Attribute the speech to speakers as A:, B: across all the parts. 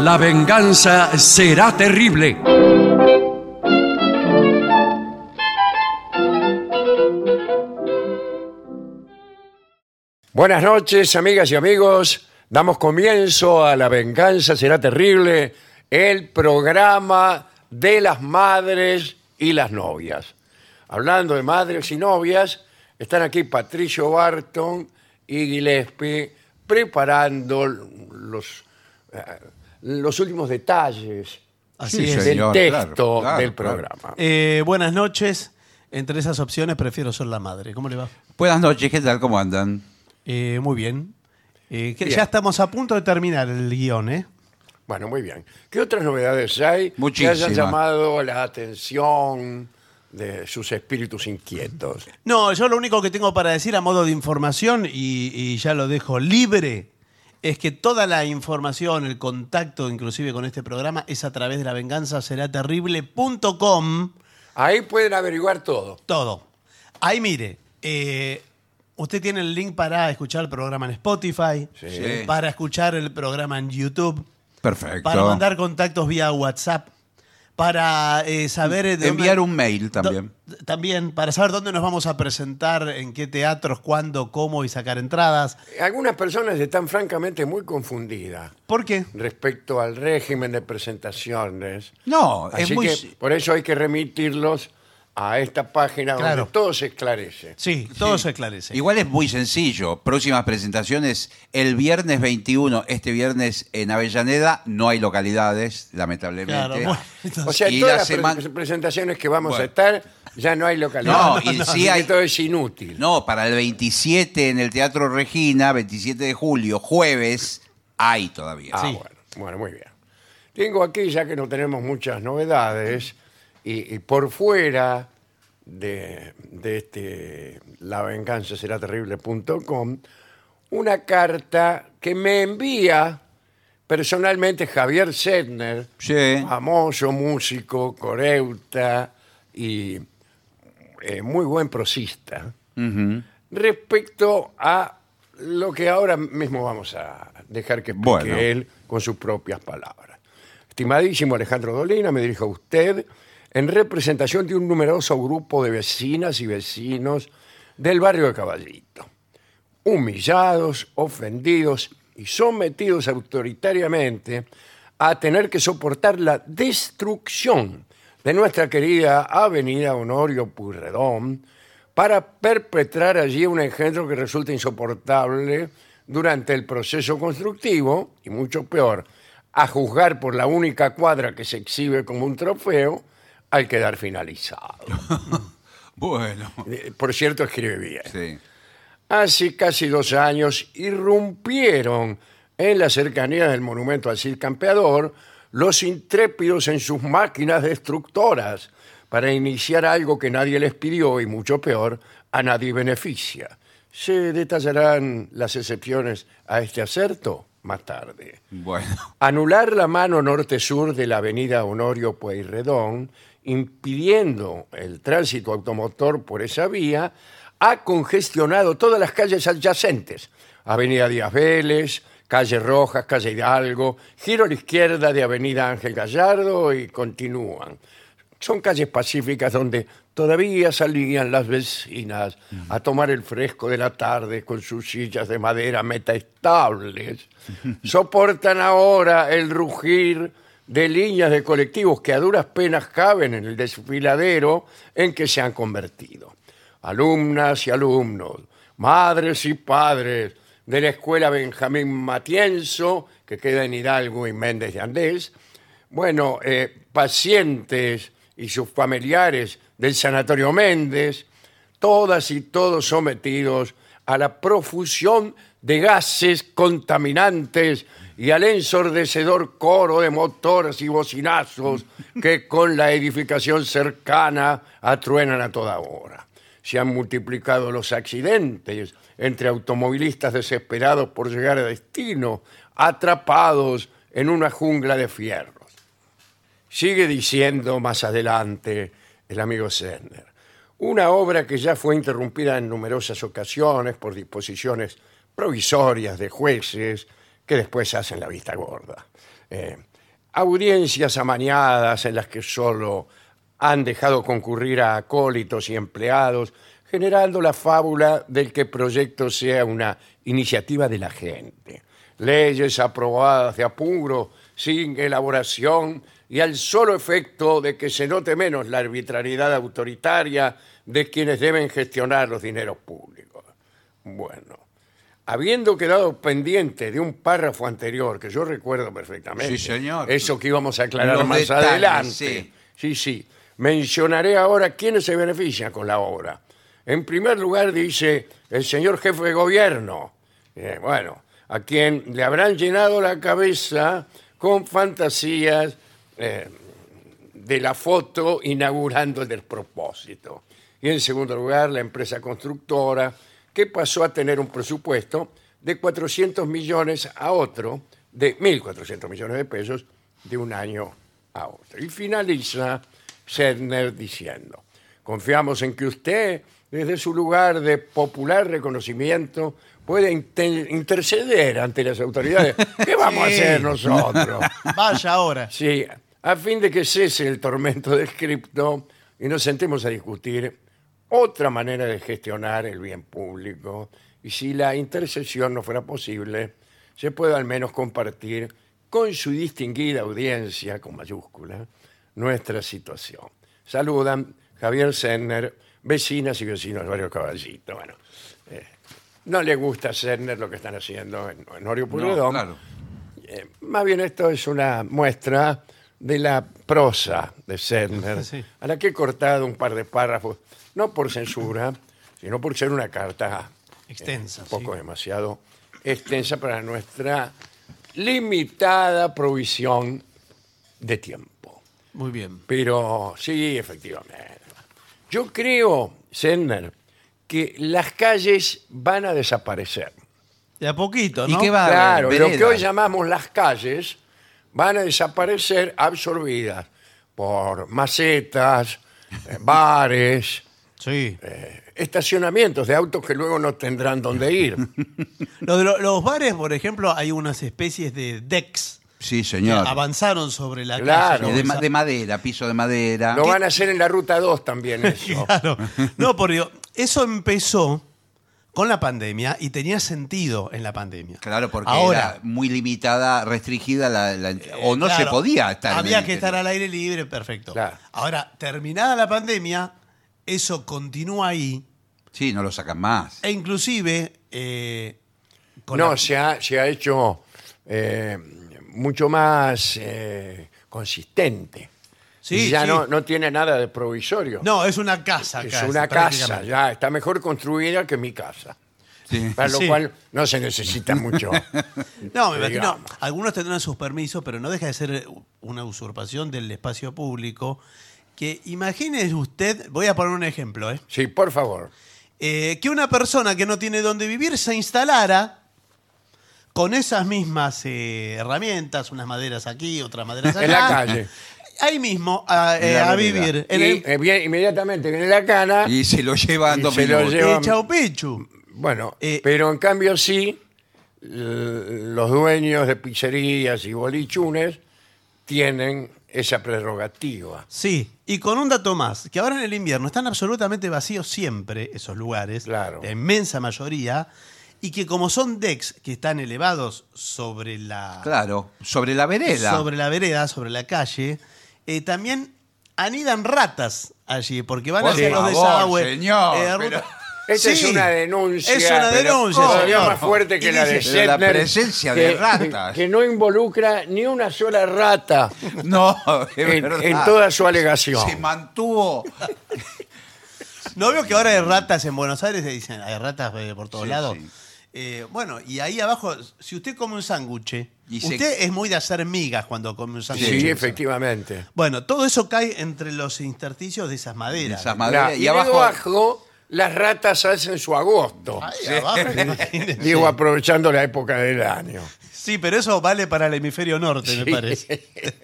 A: La venganza será terrible.
B: Buenas noches, amigas y amigos. Damos comienzo a La venganza será terrible, el programa de las madres y las novias. Hablando de madres y novias, están aquí Patricio Barton y Gillespie preparando los, eh, los últimos detalles
C: Así
B: del
C: es.
D: señor, claro,
B: texto
D: claro,
B: del
D: claro.
B: programa.
C: Eh, buenas noches. Entre esas opciones prefiero ser la madre. ¿Cómo le va?
D: Buenas noches, ¿qué tal? ¿Cómo andan?
C: Eh, muy bien. Eh, que
B: Bien.
C: Ya estamos a punto de terminar el guión, ¿eh?
B: Bueno, muy bien. ¿Qué otras novedades hay que hayan
D: Muchísimas.
B: llamado la atención de sus espíritus inquietos?
C: No, yo lo único que tengo para decir a modo de información, y, y ya lo dejo libre, es que toda la información, el contacto inclusive con este programa, es a través de la lavenganzaseraterrible.com.
B: Ahí pueden averiguar todo.
C: Todo. Ahí mire, eh, usted tiene el link para escuchar el programa en Spotify,
D: Sí.
C: para escuchar el programa en YouTube,
D: Perfecto.
C: para mandar contactos vía WhatsApp, para eh, saber... eh, de
D: Enviar
C: dónde-
D: un mail también.
C: do- también, para saber dónde nos vamos a presentar, en qué teatros, cuándo, cómo y sacar entradas.
B: Algunas personas están francamente muy confundidas
C: ¿Por qué?
B: respecto al régimen de presentaciones.
D: No, es
B: Así
D: muy...
B: que por eso hay que remitirlos a esta página
C: Claro.
B: donde todo se esclarece.
C: Sí, todo se esclarece.
D: Igual es muy sencillo. Próximas presentaciones el viernes 21, este viernes en Avellaneda. No hay localidades, lamentablemente.
C: Claro, bueno, entonces-
B: O sea,
D: Y
B: todas
D: la
B: las pre-
D: semana-
B: presentaciones que vamos a
D: Bueno.
B: estar ya no hay localidad.
D: No, y
B: Así
D: sí
B: que
D: hay-
B: todo es inútil.
D: No, para el 27 en el Teatro Regina, 27 de julio, jueves, hay todavía.
B: Ah,
C: Sí.
B: bueno, bueno, muy bien. Tengo aquí, ya que no tenemos muchas novedades, y, y por fuera de, de este lavenganzaseraterrible.com, una carta que me envía personalmente Javier Sedner,
D: Sí.
B: Ah. famoso músico, coreuta y eh, muy buen prosista, respecto a lo que ahora mismo vamos a dejar que explique
D: Bueno.
B: él con sus propias palabras. Estimadísimo Alejandro Dolina, me dirijo a usted en representación de un numeroso grupo de vecinas y vecinos del barrio de Caballito humillados, ofendidos y sometidos autoritariamente a tener que soportar la destrucción de nuestra querida avenida Honorio Purredón para perpetrar allí un engendro que resulta insoportable durante el proceso constructivo y mucho peor, a juzgar por la única cuadra que se exhibe como un trofeo al quedar finalizado.
D: Bueno.
B: Eh, Por cierto, escribe bien
D: Sí.
B: hace casi dos años irrumpieron en la cercanía del monumento al Cid Campeador los intrépidos en sus máquinas destructoras para iniciar algo que nadie les pidió y mucho peor, a nadie beneficia. Se detallarán las excepciones a este acerto más tarde
D: Bueno.
B: anular la mano norte-sur de la avenida Honorio Pueyrredón, impidiendo el tránsito automotor por esa vía, ha congestionado todas las calles adyacentes. Avenida Díaz Vélez, Calle Rojas, Calle Hidalgo, giro a la izquierda de Avenida Ángel Gallardo y continúan. Son calles pacíficas donde todavía salían las vecinas a tomar el fresco de la tarde con sus sillas de madera metaestables. Soportan ahora el rugir de líneas de colectivos que a duras penas caben en el desfiladero en que se han convertido. Alumnas y alumnos, madres y padres de la escuela Benjamín Matienzo, que queda en Hidalgo y Méndez de Andés, bueno, eh, pacientes y sus familiares del Sanatorio Méndez, todas y todos sometidos a la profusión de gases contaminantes y al ensordecedor coro de motores y bocinazos que con la edificación cercana atruenan a toda hora. Se han multiplicado los accidentes entre automovilistas desesperados por llegar a destino, atrapados en una jungla de fierros. Sigue diciendo más adelante el amigo Sender. Una obra que ya fue interrumpida en numerosas ocasiones por disposiciones provisorias de jueces que después hacen la vista gorda. eh, audiencias amañadas en las que solo han dejado concurrir a acólitos y empleados, generando la fábula del que el proyecto sea una iniciativa de la gente. Leyes aprobadas de apuro, sin elaboración y al solo efecto de que se note menos la arbitrariedad autoritaria de quienes deben gestionar los dineros públicos. Bueno, habiendo quedado pendiente de un párrafo anterior, que yo recuerdo perfectamente,
D: Sí, señor.
B: eso que íbamos a aclarar
D: Los
B: más
D: detalles,
B: adelante,
D: sí.
B: sí, sí, mencionaré ahora quiénes se benefician con la obra. En primer lugar dice el señor jefe de gobierno, eh, bueno, a quien le habrán llenado la cabeza con fantasías eh, de la foto inaugurando el despropósito. Y en segundo lugar, la empresa constructora, que pasó a tener un presupuesto de 400 millones a otro, de 1.400 millones de pesos, de un año a otro. Y finaliza Sedner diciendo, confiamos en que usted, desde su lugar de popular reconocimiento, puede inter- interceder ante las autoridades. ¿Qué vamos
C: Sí.
B: a hacer nosotros?
C: Vaya ahora.
B: Sí, a fin de que cese el tormento del cripto y nos sentemos a discutir otra manera de gestionar el bien público y si la intercesión no fuera posible, se pueda al menos compartir con su distinguida audiencia, con mayúscula, nuestra situación. Saludan Javier Senner, vecinas y vecinos de Barrio Caballito. Bueno, eh, no le gusta a Senner lo que están haciendo en Honorio Purredón,
D: No, claro.
B: más bien esto es una muestra de la prosa de Sender,
C: Sí.
B: a la que he cortado un par de párrafos, no por censura, sino por ser una carta
C: Extensa.
B: un poco demasiado extensa para nuestra limitada provisión de tiempo.
C: sí. Muy bien.
B: Pero sí, efectivamente. Yo creo, Sender, que las calles van a desaparecer.
C: De a poquito,
D: ¿Y
C: ¿no?
D: qué va a
B: Claro,
D: haber?
B: lo que
D: Veredas.
B: hoy llamamos las calles van a desaparecer absorbidas por macetas, eh, bares,
C: Sí.
B: estacionamientos de autos que luego no tendrán dónde ir.
C: Lo de lo- los bares, por ejemplo, hay unas especies de decks
D: Sí,
C: que
B: Ah,
D: señor.
C: avanzaron sobre la
B: Claro.
D: Y
C: calle.
D: De, ma-
C: Esa-
D: de madera, piso de madera.
B: Lo van a hacer en la ruta 2 también eso.
C: Claro. No, por Dios. Eso empezó con la pandemia y tenía sentido en la pandemia.
D: Claro, porque
C: ahora
D: era muy limitada, restringida, la, la-
B: Eh,
D: o no se
C: Claro,
D: podía estar. en
C: Había
D: el
C: que
D: interior.
C: estar al aire libre, perfecto.
B: Claro.
C: Ahora, terminada la pandemia, eso continúa ahí.
D: Sí, no lo sacan más.
C: E inclusive. eh, con
B: No,
C: la-
B: se ha, se ha hecho eh, mucho más eh, consistente.
C: Sí,
B: ya
C: sí.
B: No, no tiene nada de provisorio.
C: No, es una casa.
B: es
C: casi,
B: una casa,
C: prácticamente.
B: ya está mejor construida que mi casa.
D: Sí.
B: Para lo
C: Sí.
B: cual no se necesita mucho.
C: No, me imagino.
B: digamos.
C: Algunos tendrán sus permisos, pero no deja de ser una usurpación del espacio público. Que imagínese usted, voy a poner un ejemplo, ¿eh?
B: Sí, por favor.
C: Eh, que una persona que no tiene dónde vivir se instalara con esas mismas eh, herramientas, unas maderas aquí, otras maderas allá.
B: En la calle.
C: Ahí mismo, a, eh,
D: la
C: a
D: vereda.
C: vivir. En
B: y,
C: el,
B: eh, viene- inmediatamente viene la cana.
D: Y se lo llevan
B: Y
D: dos
B: se lo
D: minutos.
B: lleva- llevan-
C: eh, Chao Pichu.
B: bueno,
C: eh,
B: pero en cambio sí, l- los dueños de pizzerías y bolichunes tienen esa prerrogativa.
C: Sí, y con un dato más, que ahora en el invierno están absolutamente vacíos siempre esos lugares,
B: Claro.
C: la inmensa mayoría, y que como son decks que están elevados sobre la,
D: Claro, sobre la vereda.
C: sobre la vereda, sobre la calle, eh, también anidan ratas allí, porque van
D: Por
C: a hacer los
D: favor,
C: desagües.
D: señor,
C: ruta-
D: pero-
B: Esta
C: Sí,
B: es una denuncia.
C: Es una
B: pero
C: denuncia,
B: todavía
C: señor.
B: más fuerte que
C: Y
B: la de
C: dice-
D: Pero la
B: Shatner,
D: presencia
B: que-
D: de ratas.
B: Que no involucra ni una sola rata
D: No, es
B: en,
D: verdad.
B: en toda su alegación.
D: Se mantuvo.
C: No veo que ahora hay ratas en Buenos Aires, se dicen, hay ratas eh, por todos
D: Sí,
C: lados.
D: sí.
C: Eh, bueno, y ahí abajo, si usted come un sándwich, eh,
D: Y se-
C: usted es muy de hacer migas cuando come un sándwich.
B: sí, efectivamente.
C: Bueno, todo eso cae entre los intersticios de esas maderas.
D: Esas maderas.
B: Claro,
D: y,
B: y
D: abajo.
B: luego abajo las ratas hacen su agosto.
C: Ahí abajo, imagínese.
B: Digo, aprovechando la época del año.
C: Sí, pero eso vale para el hemisferio norte, me
B: Sí.
C: parece.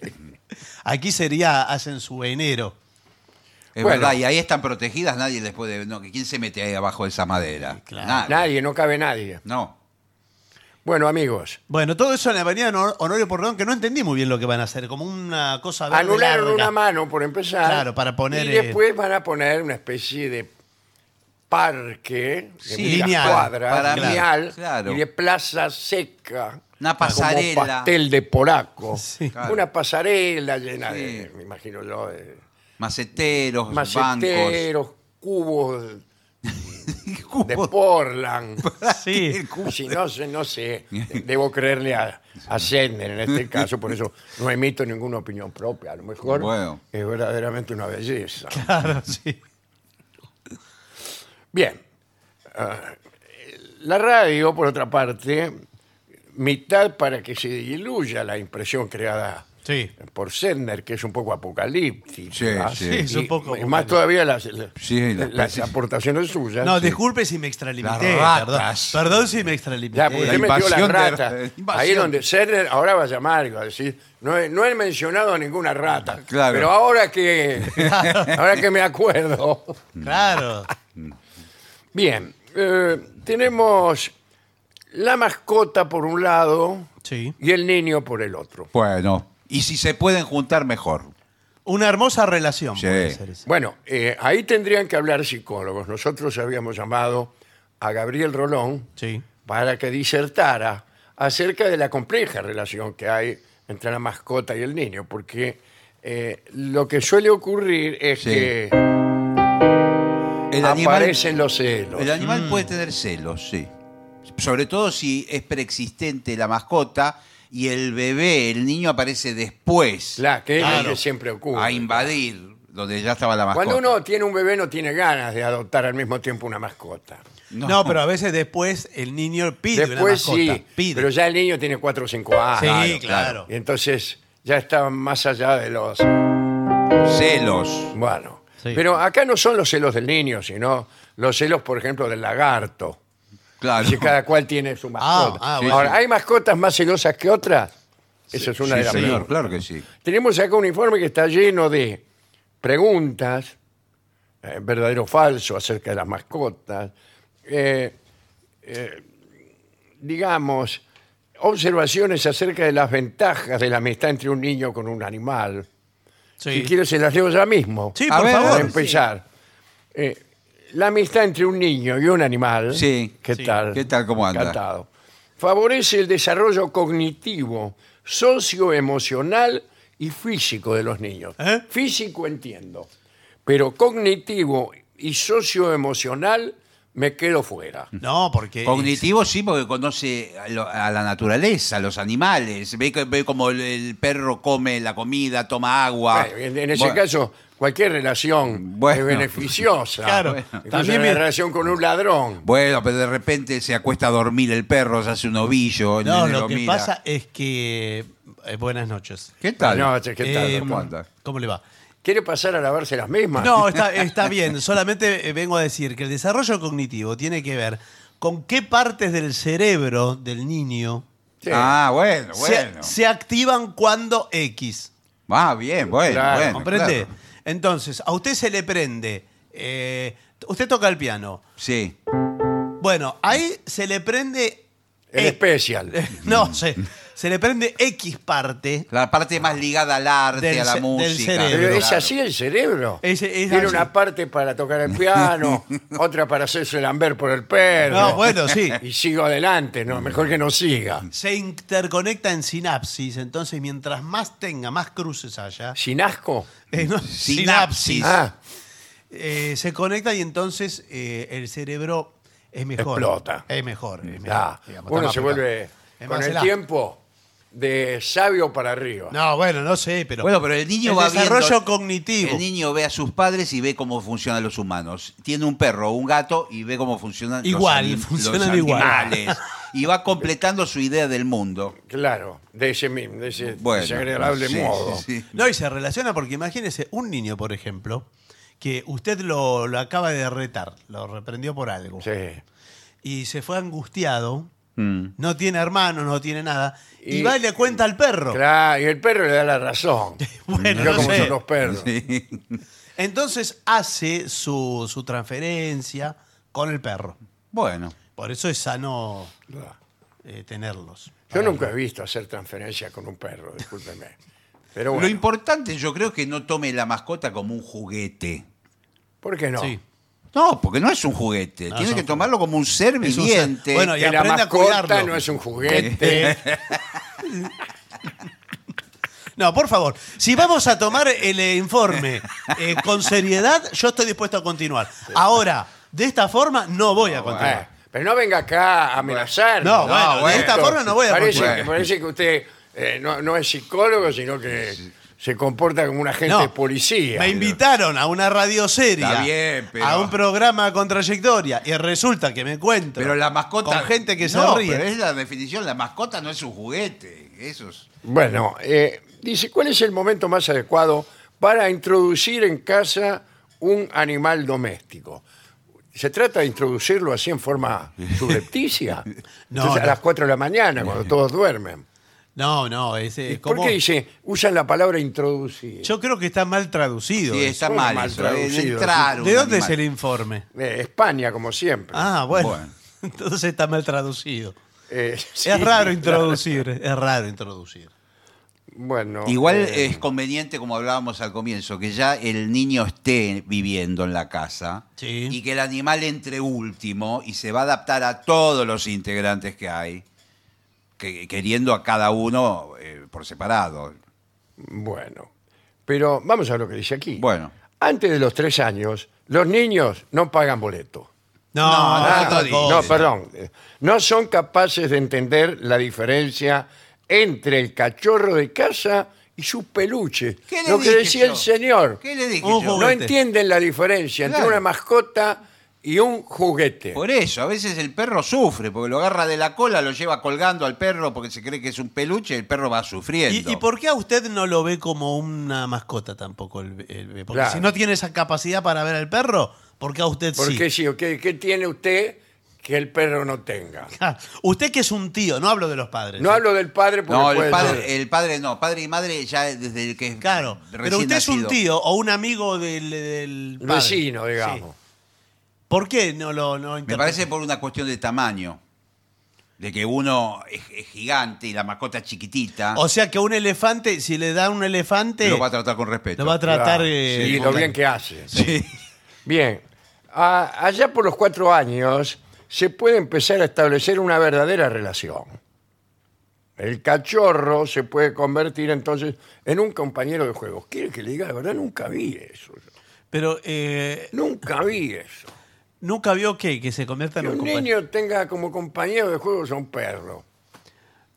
C: Aquí sería, hacen su enero.
D: Es
B: Bueno.
D: verdad, y ahí están protegidas, nadie les puede. No, ¿Quién se mete ahí abajo de esa madera?
C: Claro.
D: Nadie.
B: Nadie, no cabe nadie.
D: No.
B: Bueno, amigos,
C: Bueno, todo eso en la avenida Honor- Honorio Porredón, que no entendí muy bien lo que van a hacer, como una cosa verde
B: anularon
C: larga.
B: una mano por empezar.
C: Claro, para poner,
B: Y
C: eh,
B: después van a poner una especie de parque, de
D: Sí,
B: muchas
C: lineal,
B: cuadras,
D: para-
B: lineal,
D: claro.
B: y de plaza seca.
D: Una pasarela.
B: Como pastel de polaco.
C: Sí.
D: Claro.
B: Una pasarela llena
D: Sí.
B: de, me imagino yo, de
D: Maceteros, bancos.
B: maceteros, cubos de
D: Cubos.
B: Portland.
C: Sí.
B: Si no sé, no sé. Debo creerle a, a Sender en este caso, por eso no emito ninguna opinión propia. A lo mejor
D: Bueno.
B: es verdaderamente una belleza.
C: Claro, sí.
B: Bien. Ah, la radio, por otra parte, mitad para que se diluya la impresión creada
C: Sí.
B: por Sender, que es un poco apocalíptica.
D: Sí, sí. Sí,
C: es un
B: Y
C: poco
B: más
C: apocalíptica.
B: todavía las, las-
D: Sí, la-
B: las aportaciones suyas.
C: No,
B: Sí.
C: disculpe si me extralimité.
D: Las
C: Perdón.
D: ratas.
C: Perdón si me extralimité.
B: Ya, porque
D: La
B: usted metió la
D: Eh, invasión de-
B: rata.
D: la invasión.
B: Ahí donde Serner ahora va a llamar y va a decir, no he, no he mencionado ninguna rata.
D: Claro.
B: Pero ahora que, ahora que me acuerdo.
C: Claro.
B: Bien, eh, tenemos la mascota por un lado
C: Sí.
B: y el niño por el otro.
D: Bueno, y si se pueden juntar, mejor.
C: Una hermosa relación.
D: Sí.
C: puede ser esa.
B: Bueno, eh, ahí tendrían que hablar psicólogos. Nosotros habíamos llamado a Gabriel Rolón
C: Sí.
B: para que disertara acerca de la compleja relación que hay entre la mascota y el niño, porque eh, lo que suele ocurrir es
D: Sí.
B: que
D: El animal,
B: aparecen los celos.
D: el animal puede
B: Mm.
D: tener celos, sí. Sobre todo si es preexistente la mascota y el bebé, el niño aparece después
B: La, que es lo
C: Claro.
B: que siempre ocurre.
D: a invadir donde ya estaba la mascota.
B: Cuando uno tiene un bebé no tiene ganas de adoptar al mismo tiempo una mascota.
C: No. pero a veces después el niño pide
B: Después
C: una mascota.
B: sí,
C: pide.
B: pero ya el niño tiene 4 o 5
C: sí,
B: años.
C: claro.
D: claro.
B: Y entonces ya está más allá de los...
D: Celos.
B: Bueno,
C: Sí.
B: pero acá no son los celos del niño, sino los celos, por ejemplo, del lagarto.
D: Claro.
B: Si cada cual tiene su mascota.
C: ah, bueno.
B: Ahora, ¿hay mascotas más celosas que otras? Esa es una
D: Sí,
B: de las Eh,
D: señor,
B: preguntas.
D: claro que sí.
B: Tenemos acá un informe que está lleno de preguntas, eh, verdadero o falso, acerca de las mascotas. Eh, eh, digamos, observaciones acerca de las ventajas de la amistad entre un niño con un animal. Si
C: Sí.
B: quiero se las leo ya mismo.
C: Sí,
D: A
C: por
D: ver,
B: Para
C: favor.
B: empezar, eh, la amistad entre un niño y un animal.
D: Sí.
B: ¿Qué
D: Sí.
B: tal?
D: ¿Qué tal? ¿Cómo anda?
B: Encantado. Favorece el desarrollo cognitivo, socioemocional y físico de los niños.
C: ¿Eh?
B: Físico entiendo, pero cognitivo y socioemocional me quedo fuera.
C: No, porque.
D: Cognitivo sí, porque conoce a, lo- a la naturaleza, a los animales. Ve, que- ve como el, el perro come la comida, toma agua.
B: Bueno, en, en ese
D: Ah, Bueno,
B: caso, cualquier relación
D: Bueno.
B: es beneficiosa.
C: Claro.
B: Incluso
C: También
B: una
C: me-
B: relación con un ladrón.
D: Bueno, pero de repente se acuesta a dormir el perro, se hace un ovillo. el
C: No,
D: nene
C: lo que
D: mira.
C: pasa es que. eh, buenas noches.
D: ¿Qué tal?
B: No, che, ¿qué tal?
C: Eh,
D: ¿Cómo anda?
C: ¿Cómo le va?
B: ¿Quiere pasar a lavarse las mismas?
C: No, está, está bien. Solamente eh, vengo a decir que el desarrollo cognitivo tiene que ver con qué partes del cerebro del niño
B: Sí.
D: Ah, bueno,
C: se-
D: bueno.
C: se, activan cuando X.
D: Va bien, bueno,
B: Claro,
D: bueno.
C: ¿Comprende?
D: claro.
C: Entonces, a usted se le prende. eh, usted toca el piano.
D: Sí.
C: Bueno, ahí se le prende.
B: El
C: eh,
B: especial.
C: No, se, se le prende X parte.
D: La parte más ligada al arte,
C: Del
D: a la
C: ce- del
D: música.
C: cerebro.
B: Pero es
D: Claro.
B: así el cerebro.
C: Es- es
B: Tiene
C: así.
B: una parte para tocar el piano, otra para hacerse lamber por el perro.
C: No, bueno, sí.
B: Y sigo adelante, no, mejor que no siga.
C: Se interconecta en sinapsis. Entonces, mientras más tenga, más cruces haya.
B: ¿Sin asco?
C: eh, no,
D: Sinapsis.
B: Ah,
C: eh, se conecta y entonces eh, el cerebro es mejor.
B: Explota.
C: Es mejor. es mejor,
B: ya.
C: digamos, está
B: Uno
C: más
B: se
C: apretado.
B: vuelve
C: Es
B: con
C: más
B: el
C: elástico.
B: tiempo de sabio para arriba.
C: No, bueno, no sé, pero.
D: Bueno, pero el niño
C: El
D: va
C: desarrollo
D: viendo-
C: cognitivo.
D: El niño ve a sus padres y ve cómo funcionan los humanos. Tiene un perro o un gato y ve cómo funcionan
C: Igual,
D: los, anim-
C: funcionan
D: los
C: igual.
D: animales. Y va completando su idea del mundo.
B: Claro, de ese, mismo- de ese
D: Bueno,
B: desagradable
D: sí,
B: modo.
D: sí, sí.
C: No, y se relaciona porque imagínese un niño, por ejemplo, que usted lo, lo acaba de retar, lo reprendió por algo.
B: Sí.
C: Y se fue angustiado,
D: Mm.
C: no tiene hermano, no tiene nada. Y,
B: Y-
C: va y le cuenta al perro.
B: Claro, y el perro le da la razón.
C: Bueno,
B: Mirá
C: no
B: cómo
C: sé.
B: son los perros.
C: Entonces hace su, su transferencia con el perro.
D: Bueno.
C: Por eso es sano eh, tenerlos.
B: Yo nunca he visto hacer transferencias con un perro, discúlpeme. Pero
D: Lo
B: bueno,
D: importante yo creo es que no tome la mascota como un juguete.
B: ¿por qué no?
C: Sí.
D: No, porque no es un juguete.
C: No,
D: Tiene
C: son-
D: que tomarlo como un ser
C: Es un
D: viviente.
C: ser- bueno, y
B: Que la
C: aprenda a
B: mascota
C: cuidarlo.
B: no es un juguete.
C: No, por favor, si vamos a tomar el eh, informe eh, con seriedad, yo estoy dispuesto a continuar. Ahora, de esta forma no voy a
B: Eh,
C: continuar.
B: pero no venga acá a amenazar.
C: No, bueno,
D: bueno.
C: de esta forma no voy a
B: parece,
C: continuar.
B: que, parece que usted eh, no, no es psicólogo, sino que se comporta como un agente de
C: No,
B: policía.
C: Me invitaron a una radio
D: Está
C: seria,
D: bien, pero-
C: a un programa con trayectoria, y resulta que me encuentro
D: Pero la mascota.
C: con gente que se
D: No,
C: ríe.
D: Pero es la definición, la mascota no es un juguete. Eso es.
B: Bueno, eh, dice, ¿cuál es el momento más adecuado para introducir en casa un animal doméstico? ¿Se trata de introducirlo así en forma subrepticia? Entonces, a
C: no.
B: las 4 de la mañana, cuando todos duermen.
C: No, no, es, eh,
B: ¿Y ¿Por
C: como-
B: qué dice, usan la palabra introducir?
C: yo creo que está mal traducido.
D: Sí,
C: eso.
D: está
B: bueno,
D: mal.
B: mal
D: eso, de- de
B: traducido.
D: entrar un
C: ¿De dónde es
D: animal.
C: el informe?
B: Eh, España, como siempre.
C: Ah, bueno.
D: Bueno.
C: Entonces está mal traducido.
B: Eh, sí,
C: es raro
B: claro.
C: introducir, es raro introducir.
B: Bueno,
D: Igual
B: eh,
D: es conveniente, como hablábamos al comienzo, que ya el niño esté viviendo en la casa
C: Sí.
D: y que el animal entre último y se va a adaptar a todos los integrantes que hay, que- queriendo a cada uno eh, por separado.
B: Bueno, pero vamos a lo que dice aquí.
D: Bueno.
B: Antes de los tres años, los niños no pagan boleto.
C: No,
D: No,
C: no,
D: Ah,
B: Ah,
C: otra
D: no,
C: cosa.
B: no, perdón. No son capaces de entender la diferencia entre el cachorro de casa y su peluche.
D: ¿Qué le
B: lo que
D: dije
B: decía
D: yo?
B: el señor.
D: ¿Qué le dije
C: Un
D: yo?
B: No
C: juguete.
B: entienden la diferencia entre
D: Claro.
B: una mascota y un juguete.
D: Por eso, a veces el perro sufre, porque lo agarra de la cola, lo lleva colgando al perro porque se cree que es un peluche, el perro va sufriendo.
C: ¿Y, y por qué a usted no lo ve como una mascota tampoco el, el bebé? Porque
B: Claro.
C: si no tiene esa capacidad para ver al perro, ¿por qué a usted sí?
B: Porque sí, ¿qué, qué tiene usted que el perro no tenga?
C: Ah, Usted que es un tío, no hablo de los padres.
B: No
C: ¿eh?
B: hablo del padre porque
D: No, el
B: puede
D: padre,
B: ser.
D: el padre no, padre y madre ya desde el que es
C: Claro, pero
D: recién
C: usted es un
D: nacido.
C: tío o un amigo del, del
B: El
C: padre.
B: vecino, digamos.
C: Sí. ¿Por qué no lo no
D: Me
C: interpreta?
D: parece por una cuestión de tamaño. De que uno es, es gigante y la mascota es chiquitita.
C: O sea que un elefante, si le da un elefante,
D: lo va a tratar con respeto.
C: lo va a tratar...
B: Claro,
C: eh,
B: sí,
C: con
B: lo
C: la-
B: bien que hace.
D: Sí.
B: Bien, A- allá por los cuatro años se puede empezar a establecer una verdadera relación. El cachorro se puede convertir entonces en un compañero de juegos. ¿Quiere que le diga la verdad? Nunca vi eso.
C: Pero eh,
B: Nunca vi eso.
C: nunca vio que, que se convierta
B: Que
C: en
B: un
C: compañero.
B: niño tenga como compañero de juegos a un perro.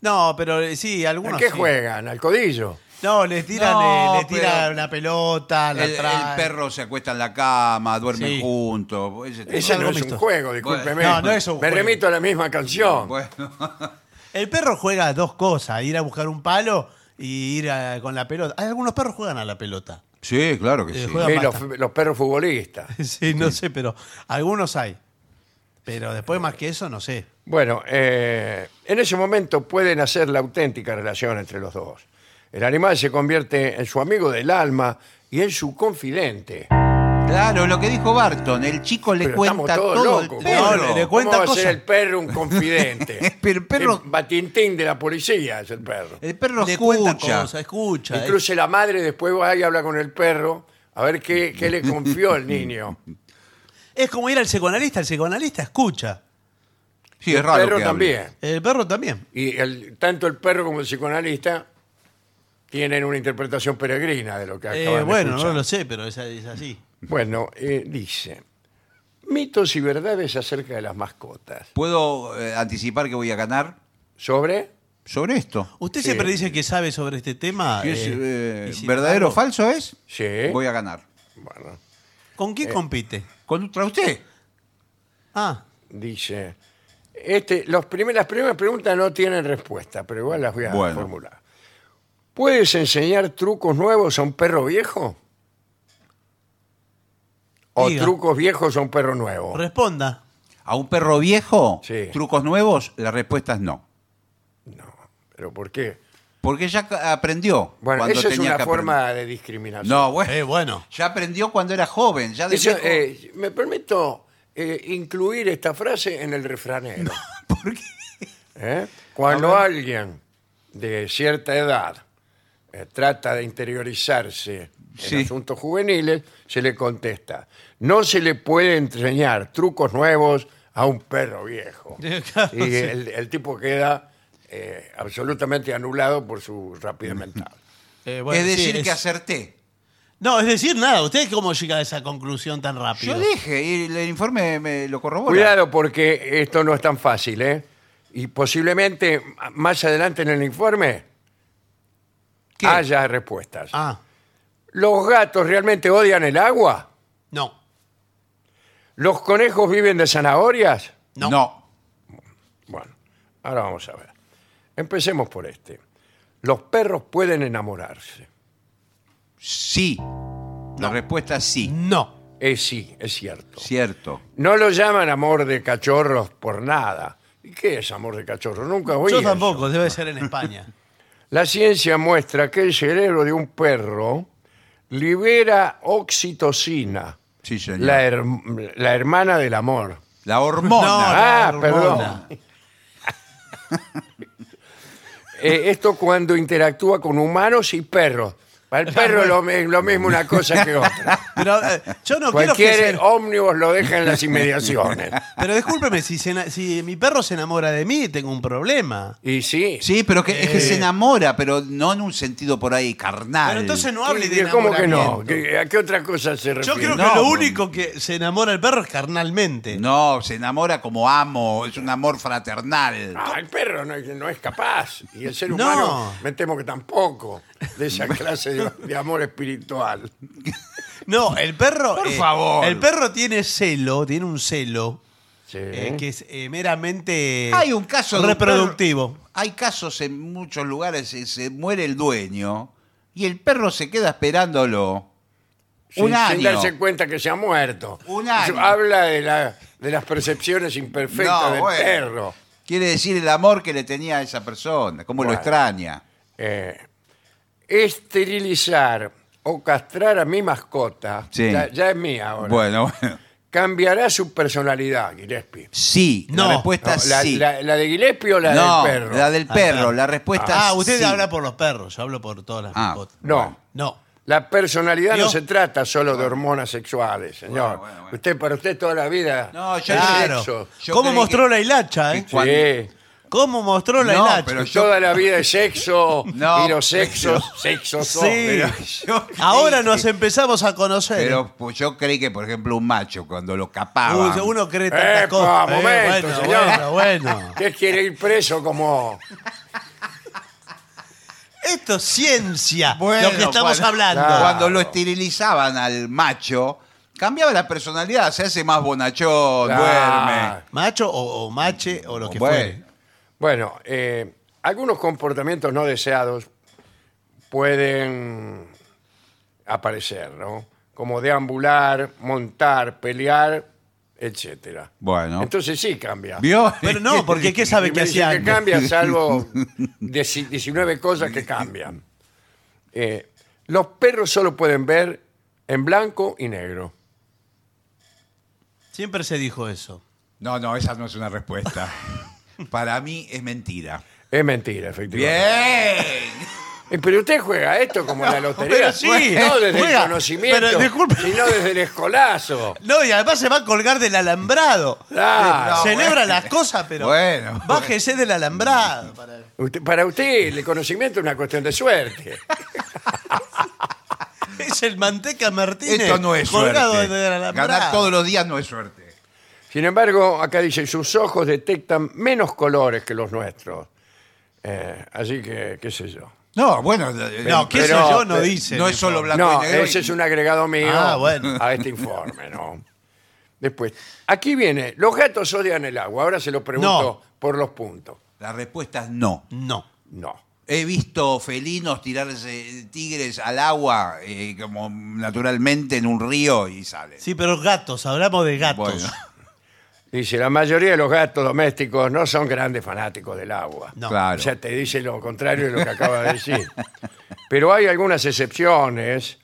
C: No, pero eh, sí,
B: ¿A
C: algunos
B: qué
C: sí.
B: juegan? ¿Al codillo?
C: No, les tiran,
D: No,
C: eh, le tiran
D: pero-
C: una pelota,
D: El,
C: la traen.
D: el perro se acuesta en la cama, duermen
C: Sí.
D: juntos. pues, ese tipo
B: Ese
D: de-
B: no
C: algo
B: es un
C: mixto.
B: juego, discúlpeme.
C: No, no es un
B: Me
C: juego.
B: remito a la misma canción.
D: Bueno,
C: El perro juega a dos cosas, ir a buscar un palo y ir a- con la pelota. Hay algunos perros juegan a la pelota.
D: sí, claro que
C: Eh,
D: sí.
C: juega-
B: Sí, los,
C: basta.
B: los perros futbolistas.
C: Sí, no sé, pero algunos hay. Pero después más que eso, no sé.
B: Bueno, eh, en ese momento pueden hacer la auténtica relación entre los dos. El animal se convierte en su amigo del alma y en su confidente.
D: Claro, lo que dijo Barton, el chico le
B: Pero
D: cuenta
B: estamos todos
D: todo
B: locos.
D: el perro.
C: No, le- le-
B: ¿Cómo
C: cuenta
B: va a ser
C: cosas.
B: el perro un confidente?
D: Pero el perro- Eh,
B: El batintín de la policía es el perro.
D: El perro
C: Le
D: escucha.
C: cuenta cosas, escucha. eh.
B: Incluso la madre después va y habla con el perro a ver qué, qué le confió el niño.
C: Es como ir al psicoanalista, el psicoanalista escucha.
D: Sí, es
B: El
D: raro.
B: perro
D: que hable.
B: también.
C: El perro también.
B: Y el- tanto el perro como el psicoanalista tienen una interpretación peregrina de lo que
C: Eh,
B: acaban de
C: bueno,
B: escuchar.
C: no lo sé, pero es, es así.
B: Bueno, eh, dice, mitos y verdades acerca de las mascotas.
D: ¿Puedo eh, anticipar que voy a ganar
B: ¿Sobre?
D: sobre esto?
C: Usted
B: Sí.
C: siempre dice que sabe sobre este tema.
D: Si es,
C: eh,
D: eh,
C: y sin
D: ¿Verdadero o
C: embargo,
D: falso es?
B: Sí.
D: Voy a ganar.
B: Bueno,
C: ¿Con
D: Eh.
C: quién compite?
D: ¿Contra usted?
C: Ah,
B: dice, este, los primer- las primeras preguntas no tienen respuesta, pero igual las voy a
D: Bueno.
B: formular. ¿Puedes enseñar trucos nuevos a un perro viejo? ¿O
C: Diga.
B: trucos viejos a un perro
D: Oh.
B: nuevo?
C: responda.
D: ¿A un perro viejo?
B: Sí.
D: ¿Trucos nuevos? La respuesta es no.
B: ¿Pero por qué?
D: Porque ya ca- aprendió.
B: Bueno,
D: cuando
B: eso es
D: tenía
B: una
D: que
B: forma
D: aprender.
B: de discriminación.
D: No, bueno.
C: Eh, bueno.
D: Ya aprendió cuando era joven. Ya de
B: Eso,
D: viejo-
B: eh, me permito eh, incluir esta frase en el refranero.
D: ¿Por qué?
B: ¿eh? Cuando alguien de cierta edad eh, trata de interiorizarse en
D: Sí.
B: asuntos juveniles, se le contesta, no se le puede enseñar trucos nuevos a un perro viejo.
C: Claro,
B: y el, el tipo queda eh, absolutamente anulado por su rapidez mental.
C: Eh, bueno,
D: es
C: sí,
D: decir,
C: es-
D: que acerté.
C: No, es decir, nada. ¿Usted cómo llega a esa conclusión tan rápido?
D: Yo dije, y el informe me lo corrobora.
B: Cuidado porque esto no es tan fácil, ¿eh? Y posiblemente m- más adelante en el informe
D: ¿Qué?
B: haya respuestas.
C: Ah,
B: ¿Los gatos realmente odian el agua?
C: no.
B: ¿Los conejos viven de zanahorias?
C: No.
D: No.
B: Bueno, ahora vamos a ver. Empecemos por este. Los perros pueden enamorarse.
D: Sí. La respuesta es sí.
C: No.
B: Es Eh, sí, es cierto.
D: Cierto.
B: No lo llaman amor de cachorros por nada. ¿Y qué es amor de cachorro? Nunca oí.
C: Yo
B: eso.
C: tampoco, debe ser en España.
B: La ciencia muestra que el cerebro de un perro libera oxitocina,
D: Sí, señor.
B: la,
D: La,
B: her- la hermana del amor.
C: No,
D: hormona.
B: ah,
C: la hormona.
B: perdón. Eh, esto cuando interactúa con humanos y perros. Para
C: Ah,
B: el perro lo, mi- lo mismo una cosa que otra.
C: Pero eh, yo no quiero que
B: Cualquier
C: se-
B: ómnibus lo deja en las inmediaciones.
C: Pero discúlpeme, si, se na- si mi perro se enamora de mí, tengo un problema.
B: Y sí.
D: Sí, pero que, es que
C: Eh.
D: se enamora, pero no en un sentido por ahí carnal.
C: Pero entonces no hable
B: ¿Y
C: de
B: ¿Cómo que no?
C: enamoramiento.
B: ¿Qué- ¿A qué otra cosa se refiere?
C: Yo creo que
D: No.
C: lo único que se enamora el perro es carnalmente.
D: No, se enamora como amo, es un amor fraternal.
B: Ah, el perro no, no es capaz. Y el ser
C: No.
B: humano, me temo que tampoco, de esa clase de, de amor espiritual.
C: No, el perro. eh,
D: Por favor.
C: El perro tiene celo, tiene un celo
B: Sí.
C: eh, que es eh, meramente
D: Hay un caso de un
C: reproductivo.
D: perro- hay casos en muchos lugares se, se muere el dueño y el perro se queda esperándolo
B: Sin-
D: un año.
B: Sin darse cuenta que se ha muerto.
D: Un año.
B: Eso Habla de, la- de las percepciones imperfectas
D: No,
B: del
D: bueno.
B: perro.
D: Quiere decir el amor que le tenía a esa persona, cómo
B: Bueno.
D: lo extraña.
B: Eh, esterilizar o castrar a mi mascota,
D: Sí.
B: ya, ya es mía ahora,
D: Bueno, bueno.
B: cambiará su personalidad, Gillespie.
D: Sí,
C: No.
D: la
B: No,
D: respuesta es
B: la,
D: sí.
B: la- la de Gillespie o la
D: no,
B: del perro?
D: la del perro, la respuesta
C: Ah,
D: es
C: usted
D: sí.
C: habla por los perros, yo hablo por todas las
D: Ah.
C: mascotas.
B: No.
C: No.
B: La personalidad no
C: ¿Vio?
B: se trata solo de hormonas sexuales, señor.
D: Bueno, bueno, bueno.
B: Usted para usted toda la vida.
D: No, yo
B: el
C: Claro.
B: sexo.
D: Yo
C: ¿Cómo
D: creí
C: mostró
D: que-
C: la hilacha, eh?
B: Sí,
D: Cuando-
C: ¿Cómo mostró la
D: No,
C: hilacha?
D: pero yo-
B: toda la vida es sexo
D: No,
B: y los sexos, sexos
C: Sí.
B: son. pero-
D: yo creí
C: Ahora
D: que-
C: nos empezamos a conocer.
D: Pero pues, yo creí que, por ejemplo, un macho cuando lo
C: Uy,
D: capaba.
C: uno cree tantas
B: Epa,
C: cosas. Eh,
B: momento,
C: bueno,
B: señor.
C: bueno, bueno.
B: ¿Qué quiere ir preso como?
C: Esto es ciencia,
D: Bueno,
C: lo que estamos
D: cuando-
C: hablando.
B: Claro.
D: Cuando lo esterilizaban al macho, cambiaba la personalidad, se hace más bonachón,
B: Ah,
D: duerme.
C: Macho o, o mache o lo que
D: Bueno,
C: fuere.
B: Bueno, eh, algunos comportamientos no deseados pueden aparecer, ¿no? Como deambular, montar, pelear, etcétera.
D: Bueno.
B: Entonces sí cambia.
D: ¿Vio?
C: Pero no, porque ¿qué sabe
B: Y
C: que
B: me dicen
C: hacía
B: que
C: antes?
B: cambia, salvo 10 19 cosas que cambian. Eh, los perros solo pueden ver en blanco y negro.
C: Siempre se dijo eso.
D: No, no, esa no es una respuesta. Para mí es mentira.
B: Es mentira, efectivamente.
D: Bien.
B: Eh, Pero usted juega esto como la lotería.
C: pero sí,
B: no desde
C: juega.
B: el conocimiento,
C: Pero disculpe.
B: sino desde el escolazo.
C: No, y además se va a colgar del alambrado. Eh,
B: Claro.
D: No,
C: Celebra
D: bueno.
C: las cosas, pero
D: Bueno.
C: bájese del alambrado. para-
B: Usted- para usted, el conocimiento es una cuestión de suerte.
C: Es el Manteca Martínez
D: Esto no es
C: colgado
D: suerte.
C: del alambrado.
D: Ganar todos los días no es suerte.
B: Sin embargo, acá dice, sus ojos detectan menos colores que los nuestros. Eh, así que, qué sé yo.
D: No, bueno.
C: No, qué sé
B: Pero-
C: yo, no dice.
D: No es solo blanco
B: no,
D: y negro.
B: ese
D: y-
B: es un agregado mío
C: Ah, bueno.
B: a este informe, ¿no? Después, aquí viene, los gatos odian el agua, ahora se lo pregunto por los puntos.
D: La respuesta es no.
C: No.
B: No.
D: He visto felinos tirarse tigres al agua, eh, como naturalmente en un río y sale.
C: Sí, pero gatos, hablamos de gatos.
D: Bueno.
B: Dice, la mayoría de los gatos domésticos no son grandes fanáticos del agua.
C: No.
D: Claro.
B: O sea, te dice lo contrario de lo que acaba de decir. Pero hay algunas excepciones.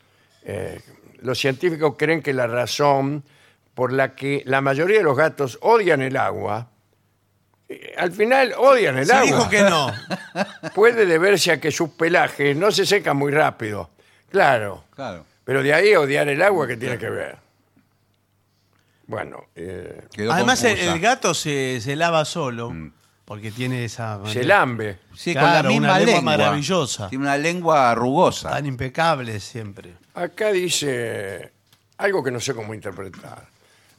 B: Eh, los científicos creen que la razón por la que la mayoría de los gatos odian el agua eh, al final odian el
C: Se
B: agua.
C: dijo que no.
B: Puede deberse a que sus pelajes no se secan muy rápido. Claro.
D: Claro.
B: Pero de ahí odiar el agua que tiene que ver. Bueno, eh,
D: Quedó
C: Además, el,
D: confusa. Mm.
C: el gato se, se lava solo porque tiene esa.
B: se lambe.
D: Sí, con
C: Claro,
D: la misma
C: una lengua
D: lengua.
C: maravillosa.
D: Tiene una lengua rugosa.
C: Tan impecable siempre.
B: Acá dice algo que no sé cómo interpretar.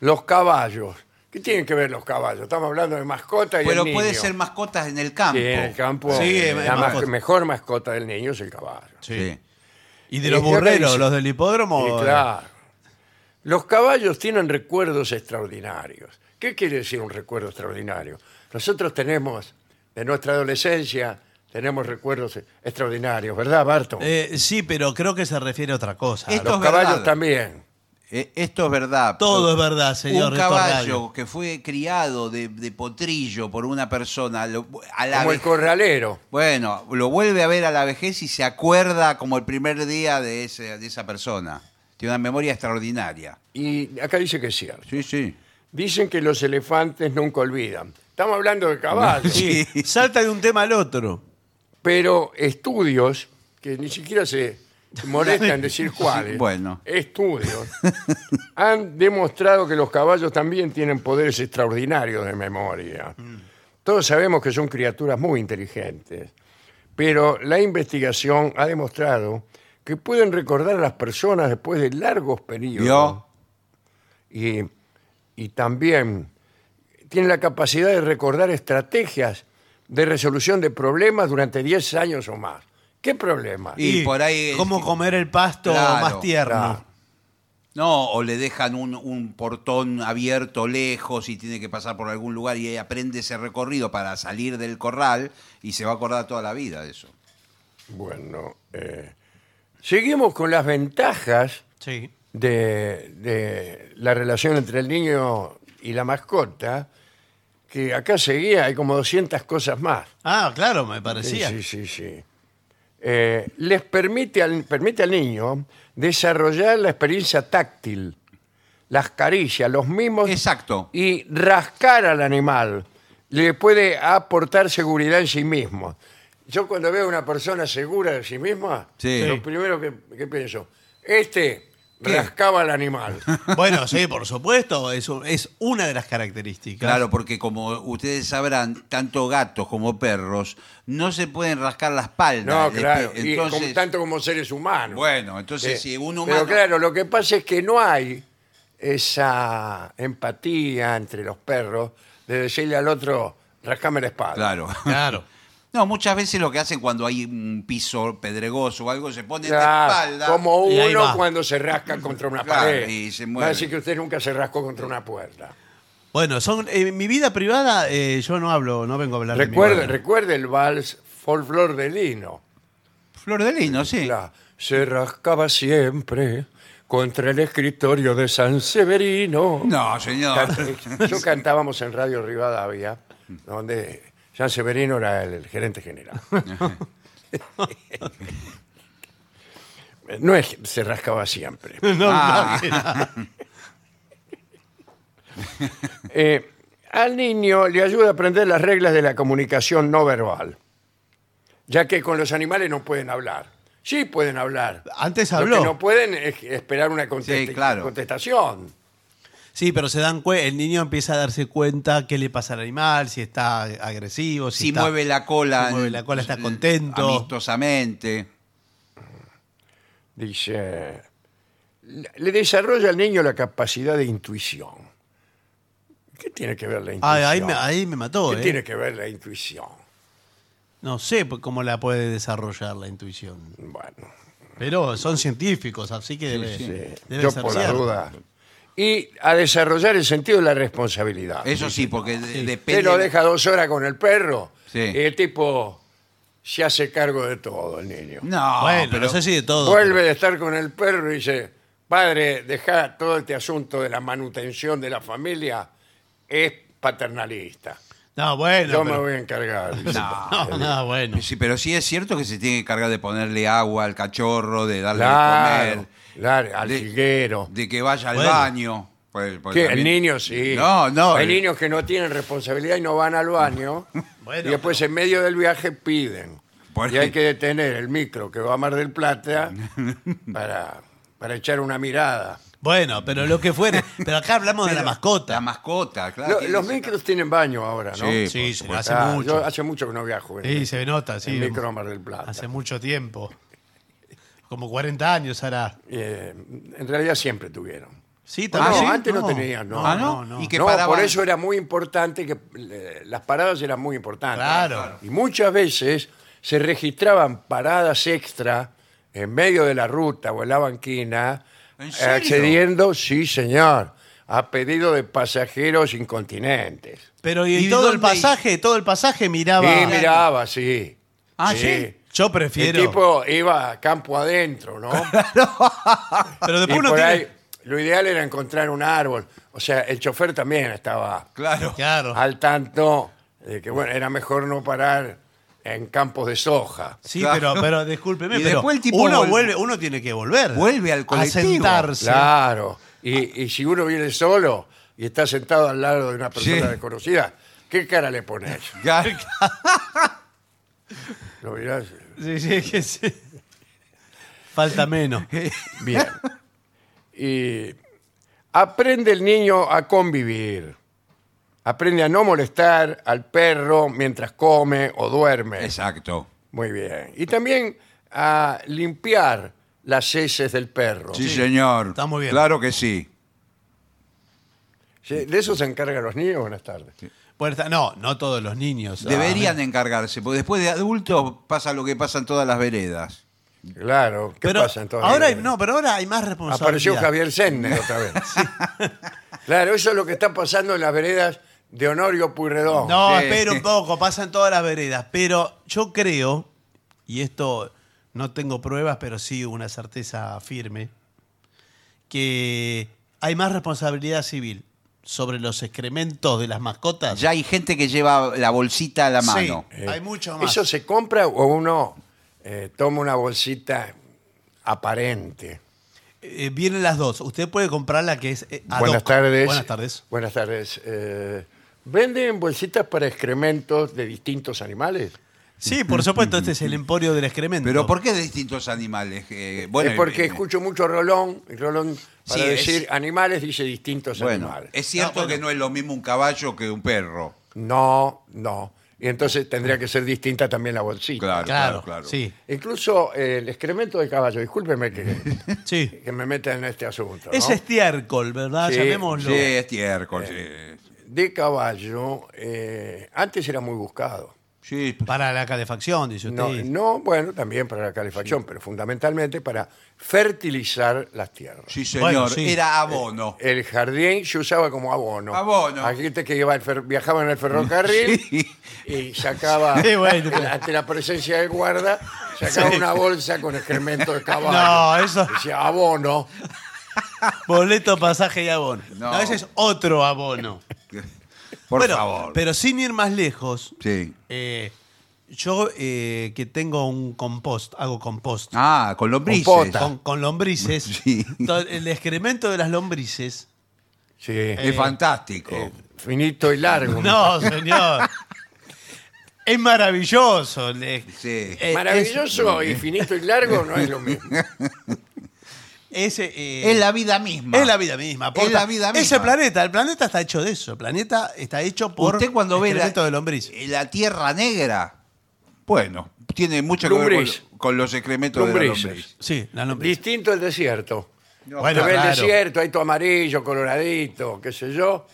B: Los caballos. ¿Qué tienen que ver los caballos? Estamos hablando de mascota y
D: Pero
B: el
D: puede
B: niño.
D: ser mascotas en el campo.
B: Sí, en el campo.
C: Sí,
B: eh,
C: es
B: la mas-
C: mascota.
B: mejor mascota del niño es el caballo.
D: Sí.
C: Y de
B: Y
C: los
B: yo
C: burreros,
B: reviso.
C: los del hipódromo. eh,
B: Sí, claro. Los caballos tienen recuerdos extraordinarios. ¿Qué quiere decir un recuerdo extraordinario? Nosotros tenemos, de nuestra adolescencia, tenemos recuerdos extraordinarios, ¿verdad, Barton?
C: Eh, sí, pero creo que se refiere a otra cosa.
D: Esto-
B: Los
D: es
B: caballos
D: verdad.
B: también.
D: Eh, esto es verdad.
C: Todo es verdad, señor
D: Un
C: Néstor
D: caballo
C: Rayo.
D: que fue criado de, de potrillo por una persona lo- a la
B: Como el
D: vejez-
B: corralero.
D: Bueno, lo vuelve a ver a la vejez y se acuerda como el primer día de, ese, de esa persona. Tiene una memoria extraordinaria.
B: Y acá dice que es cierto.
D: Sí, sí.
B: Dicen que los elefantes nunca olvidan. Estamos hablando de caballos.
C: Sí, salta de un tema al otro.
B: pero estudios, que ni siquiera se molestan en decir cuáles,
D: Bueno.
B: estudios, han demostrado que los caballos también tienen poderes extraordinarios de memoria.
D: Mm.
B: Todos sabemos que son criaturas muy inteligentes, pero la investigación ha demostrado que pueden recordar a las personas después de largos periodos
D: ¿Vio?
B: y, y también tiene la capacidad de recordar estrategias de resolución de problemas durante 10 años o más. ¿Qué problema?
D: Y por ahí es-
C: Cómo comer el pasto
D: Claro,
C: más tierno.
B: claro.
D: No, o le dejan un, un portón abierto lejos y tiene que pasar por algún lugar y ahí aprende ese recorrido para salir del corral y se va a acordar toda la vida de eso.
B: Bueno, eh, seguimos con las ventajas
C: Sí.
B: de, de la relación entre el niño y la mascota, que acá seguía, hay como 200 cosas más.
C: Ah, claro, me
B: Sí,
C: parecía.
B: sí, sí, sí. Eh, les permite al, permite al niño desarrollar la experiencia táctil, las caricias, los mismos
D: Exacto.
B: y rascar al animal. Le puede aportar seguridad en sí mismo. Yo cuando veo a una persona segura de sí misma,
D: Sí.
B: lo primero que, que pienso, este
D: ¿Qué?
B: rascaba al animal.
C: Bueno, sí, por supuesto, eso es una de las características.
D: Claro, porque como ustedes sabrán, tanto gatos como perros no se pueden rascar la espalda.
B: No,
D: Les-
B: claro, y
D: este, Entonces,
B: como- tanto como seres humanos.
D: Bueno, entonces
B: Sí.
D: si un
B: Pero
D: humano...
B: claro, lo que pasa es que no hay esa empatía entre los perros de decirle al otro, rascame la espalda.
D: Claro.
C: Claro.
D: No, muchas veces lo que hacen cuando hay un piso pedregoso o algo, se ponen
B: Claro,
D: de espalda.
B: como
C: Y ahí
B: uno
C: va.
B: cuando se rasca contra una
D: Claro,
B: pared.
D: y se
B: Va a
D: mueve.
B: decir que usted nunca se rascó contra una puerta.
C: Bueno, son eh, mi vida privada eh, yo no hablo, no vengo a hablar
B: Recuerde,
C: de mi vida.
B: recuerde el vals Folklore de Lino.
D: Flor de lino, sí.
B: La- se rascaba siempre contra el escritorio de San Severino.
D: No, señor.
B: Can- Ah, Yo cantábamos en Radio Rivadavia, donde San Severino era el gerente general. No es se rascaba siempre.
C: No,
D: Ah.
B: Eh, al niño le ayuda a aprender las reglas de la comunicación no verbal, ya que con los animales no pueden hablar. Sí pueden hablar.
C: Antes
B: Lo
C: habló.
B: que no pueden es esperar una contest-
D: Sí, claro.
B: contestación.
C: Sí, pero se dan cue- el niño empieza a darse cuenta qué le pasa al animal, si está agresivo, si,
D: Si
C: está-
D: mueve la cola. eh,
C: si mueve la cola, está contento.
D: Amistosamente.
B: Dice, le desarrolla al niño la capacidad de intuición. ¿Qué tiene que ver la intuición?
C: Ay, Ah, ahí, me, ahí me mató,
B: ¿Qué
C: eh.
B: tiene que ver la intuición?
C: No sé p- cómo la puede desarrollar la intuición.
B: Bueno,
C: Pero son científicos, así que debe, debe
B: yo
C: ser
B: por la
C: cierto.
B: duda. Y a desarrollar el sentido de la responsabilidad.
D: Eso sí, porque de- depende.
B: Usted lo deja dos horas con el perro
D: Sí.
B: y el tipo se hace cargo de todo, el niño.
D: No,
C: bueno,
D: pero
C: no sé si de todo.
B: Vuelve de estar con el perro y dice, padre, deja todo este asunto de la manutención de la familia, es paternalista.
C: No, bueno.
B: Yo me
C: pero-
B: voy a encargar. dice.
C: no, no, bueno.
D: Sí, pero sí es cierto que se tiene que encargar de ponerle agua al cachorro, de darle de
B: Claro,
D: comer,
B: claro, al
D: De-
B: jilguero.
D: de que vaya al
C: Bueno.
D: baño. Por el- por
B: Sí, el
D: también-
B: niño sí.
D: No, no.
B: Hay
D: el-
B: niños que no tienen responsabilidad y no van al baño.
C: Bueno,
B: y después en medio del viaje piden.
D: Por
B: y hay
D: ahí.
B: que detener el micro que va a Mar del Plata para, para echar una mirada.
C: Bueno, pero lo que fuere. Pero acá hablamos de la
D: La
C: mascota.
D: mascota,
B: Lo-
D: claro. tiene
B: los
D: ese-
B: micros tienen baño ahora, ¿no?
D: Sí,
C: sí,
D: por
C: se-
D: supuesto.
C: hace
B: Ah,
C: mucho.
B: yo hace mucho que no viajo. en-
C: Sí, se nota, sí.
B: en micro a Mar del Plata.
C: Hace mucho tiempo. Como 40 años hará.
B: Eh, en realidad siempre tuvieron.
C: Sí,
B: Ah,
C: también.
B: no, antes no, tenían, no.
D: Ah, ¿no?
C: no, no.
D: Y que
B: No,
D: paraban-
B: por eso era muy importante que eh, las paradas eran muy importantes.
C: Claro.
B: Y muchas veces se registraban paradas extra en medio de la ruta o en la banquina,
D: ¿En
B: eh,
D: serio?
B: accediendo, sí señor, a pedido de pasajeros incontinentes.
C: Pero y,
D: ¿Y
C: todo el
D: dónde-
C: pasaje, todo el pasaje miraba.
B: Y miraba, sí.
D: Ah,
B: sí.
C: Yo
B: El
C: prefiero.
B: tipo iba a campo adentro, ¿no?
C: Pero
B: Y
C: después uno
B: por
C: tiene.
B: ahí, lo ideal era encontrar un árbol. O sea, el chofer también estaba
D: Claro.
C: Claro.
B: al tanto de que, bueno, era mejor no parar en campos de soja.
C: Sí,
D: Claro.
C: pero, pero discúlpeme,
D: Y
C: pero
D: después el tipo
C: uno
D: vuelve-
C: vuelve, uno tiene que volver.
D: Vuelve al colectivo.
C: A sentarse.
B: Claro. Y, y si uno viene solo y está sentado al lado de una persona
D: Sí.
B: desconocida, ¿qué cara le pones?
D: Claro.
B: Lo mirás.
C: Sí, sí, que sí. Falta menos.
B: Bien. Y aprende el niño a convivir. Aprende a no molestar al perro mientras come o duerme.
D: Exacto.
B: Muy bien. Y también a limpiar las heces del perro.
D: Sí, señor.
C: Está muy bien.
D: Claro que sí.
B: Sí, ¿De eso se encargan los niños? Buenas tardes.
C: Puerta- no, no todos los niños. Ah,
D: Deberían encargarse, porque después de adultos pasa lo que pasa en todas las veredas.
B: Claro. ¿Qué
C: pero
B: pasa entonces?
C: ahora hay, no, pero ahora hay más responsabilidad.
B: Apareció Javier Senner otra vez. Claro, eso es lo que está pasando en las veredas de Honorio Puyredón.
C: No,
D: Sí.
C: espera un poco, pasan todas las veredas. Pero yo creo, y esto no tengo pruebas, pero sí una certeza firme, que hay más responsabilidad civil sobre los excrementos de las mascotas.
D: Ya hay gente que lleva la bolsita a la mano.
C: Sí, hay mucho más.
B: Eh, ¿Eso se compra o uno eh, toma una bolsita aparente?
C: Eh, vienen las dos. Usted puede comprar la que es eh, ad
B: Buenas
C: hoc.
B: tardes.
C: Buenas tardes.
B: Buenas tardes. Eh, ¿Venden bolsitas para excrementos de distintos animales?
C: Sí, por supuesto, este es el emporio del excremento.
D: Pero ¿por qué de distintos animales? Eh, bueno,
B: es porque
D: eh,
B: escucho mucho Rolón, y Rolón para
D: Sí, es-
B: decir animales dice distintos
D: bueno,
B: animales.
D: es cierto que no es lo mismo un caballo que un perro.
B: No, no. Y entonces tendría que ser distinta también la bolsita.
D: Claro, claro,
C: Claro,
D: claro.
C: sí,
B: Incluso eh, el excremento de caballo, discúlpeme que,
C: sí.
B: que me meta en este asunto. ¿no?
C: Es estiércol, ¿verdad?
B: Sí,
C: Llamémoslo.
D: Sí, estiércol. sí.
B: De caballo, eh, antes era muy buscado.
D: Sí.
C: Para la calefacción, dice usted.
B: No, no, bueno, también para la calefacción, pero fundamentalmente para fertilizar las tierras.
D: Sí, señor.
C: Bueno, sí. Eh,
D: Era abono.
B: El jardín se usaba como abono.
D: Abono.
B: Hay gente que iba en fer- viajaba en el ferrocarril
D: Sí.
B: y sacaba,
C: Sí, bueno, pero-
B: ante la presencia del guarda, sacaba una bolsa con excremento de caballo.
C: No, eso-
B: Decía abono.
C: Boleto, pasaje y abono.
D: No.
C: A veces otro abono.
D: Por
C: eh, Bueno,
D: favor.
C: Pero sin ir más lejos,
D: Sí.
C: eh, yo eh, que tengo un compost, hago compost
D: Ah, con lombrices.
B: Compota.
C: con, con lombrices,
D: Sí.
C: to- el excremento de las lombrices.
B: Sí.
D: Es fantástico.
B: Eh,
C: Eh,
B: Finito y largo.
C: No, señor. es maravilloso. le-
D: Sí.
C: eh,
B: Maravilloso y finito y largo no es lo mismo.
C: Es, es, eh,
D: Es la vida misma.
C: es la vida misma.
D: Es la vida misma.
C: Ese planeta, el planeta está hecho de eso. El planeta está hecho por
D: Usted cuando ve la,
C: excremento de lombriz.
D: eh, la tierra negra, bueno, tiene mucho que
B: Lombriz.
D: ver con, con los excrementos
B: Lombrices.
D: de la lombriz.
C: Sí, la lombriz.
B: Distinto el desierto.
C: Bueno,
B: Te ve el
C: claro.
B: desierto, hay todo amarillo, coloradito, qué sé yo,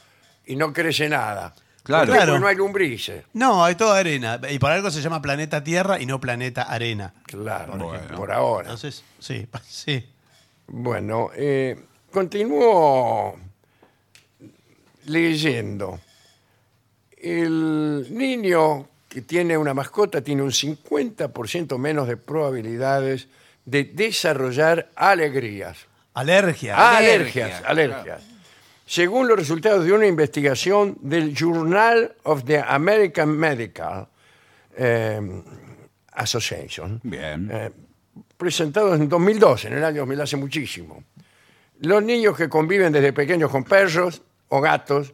B: y no crece nada.
D: Claro.
B: ¿Por qué?
C: Claro.
B: Porque no hay lumbrices.
C: No, es todo arena. Y por algo se llama planeta Tierra y no planeta arena.
B: Claro, por,
D: ejemplo.
B: ahora.
C: Entonces, sí, sí.
B: Bueno, eh, continúo leyendo. El niño que tiene una mascota tiene un 50% menos de probabilidades de desarrollar alegrías.
C: Alergia.
B: Ah,
D: Alergia,
B: alergias, alergias. Según los resultados de una investigación del Journal of the American Medical eh, Association, eh,
D: Bien.
B: presentados en 2012, en el año 2000, hace muchísimo. Los niños que conviven desde pequeños con perros o gatos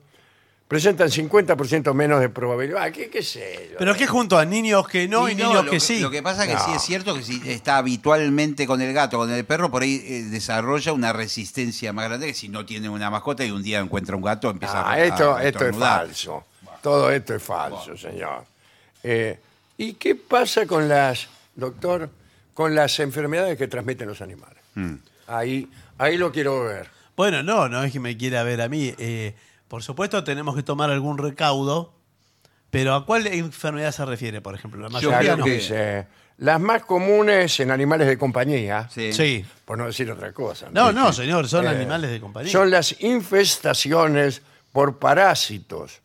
B: presentan 50% menos de probabilidad. Ah, ¿Qué, qué sé yo?
C: Pero es que junto a niños que no y,
D: no,
C: niños
D: lo
C: que, sí.
D: Lo que pasa es que
B: No.
D: sí es cierto que si está habitualmente con el gato, con el perro, por ahí eh, desarrolla una resistencia más grande que si no tiene una mascota y un día encuentra un gato empieza
B: Ah,
D: a
B: esto,
D: a
B: esto es
D: estornudar.
B: falso. Todo esto es falso, señor. Eh, ¿Y qué pasa con las, doctor, con las enfermedades que transmiten los animales?
D: Hmm.
B: Ahí, ahí lo quiero ver.
C: Bueno, no, no es que me quiera ver a mí. Eh, por supuesto, tenemos que tomar algún recaudo. Pero ¿a cuál enfermedad se refiere, por ejemplo? La más
D: Yo
B: Claro
D: creo
B: que
D: que-
B: dice, las más comunes en animales de compañía,
D: Sí.
C: Sí.
B: por no decir otra cosa.
C: No, no, señor, son
B: Eh,
C: animales de compañía.
B: Son las infestaciones por parásitos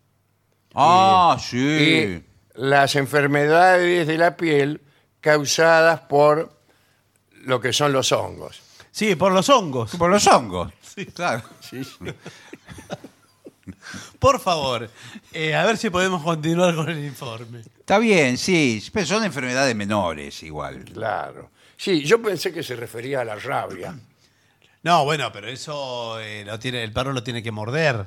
D: Ah,
B: y
D: sí.
B: las enfermedades de la piel causadas por lo que son los hongos.
C: Sí, por los hongos.
D: Por los hongos. Claro.
C: Por favor, eh, a ver si podemos continuar con el informe.
D: Está bien, sí. Pero son enfermedades menores igual.
B: Claro. Sí, yo pensé que se refería a la rabia.
C: No, bueno, pero eso eh, lo tiene, el perro lo tiene que morder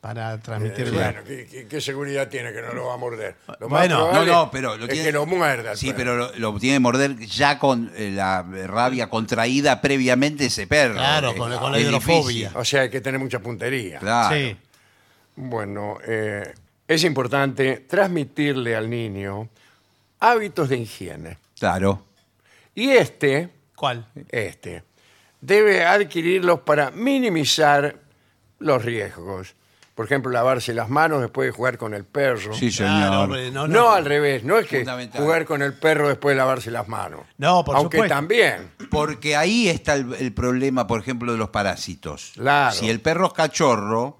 C: para
D: Eh,
C: transmitir la-
B: Eh, Bueno, ¿qué, qué- qué seguridad tiene que no lo va a morder? Lo más
C: Bueno,
D: No,
B: probable
D: no, pero lo
B: es
D: tiene.
B: que lo muerda.
D: Sí, pero lo, lo tiene que morder ya con eh, la rabia contraída previamente ese perro.
C: Claro,
D: Eh,
C: con la- con la
D: es
C: hidrofobia.
D: difícil.
B: O sea, hay que tener mucha puntería.
D: Claro.
C: Sí.
B: Bueno, eh, es importante transmitirle al niño hábitos de higiene.
D: Claro.
B: Y este,
C: ¿Cuál?
B: este, debe adquirirlos para minimizar los riesgos. Por ejemplo, lavarse las manos después de jugar con el perro.
D: Sí, señor.
C: Claro, hombre,
B: No,
C: no, no.
B: al revés, no es que
D: Fundamental.
B: jugar con el perro después de lavarse las manos.
C: No, por
B: Aunque
C: supuesto.
B: también.
D: Porque ahí está el, el problema, por ejemplo, de los parásitos.
B: Claro.
D: Si el perro es cachorro,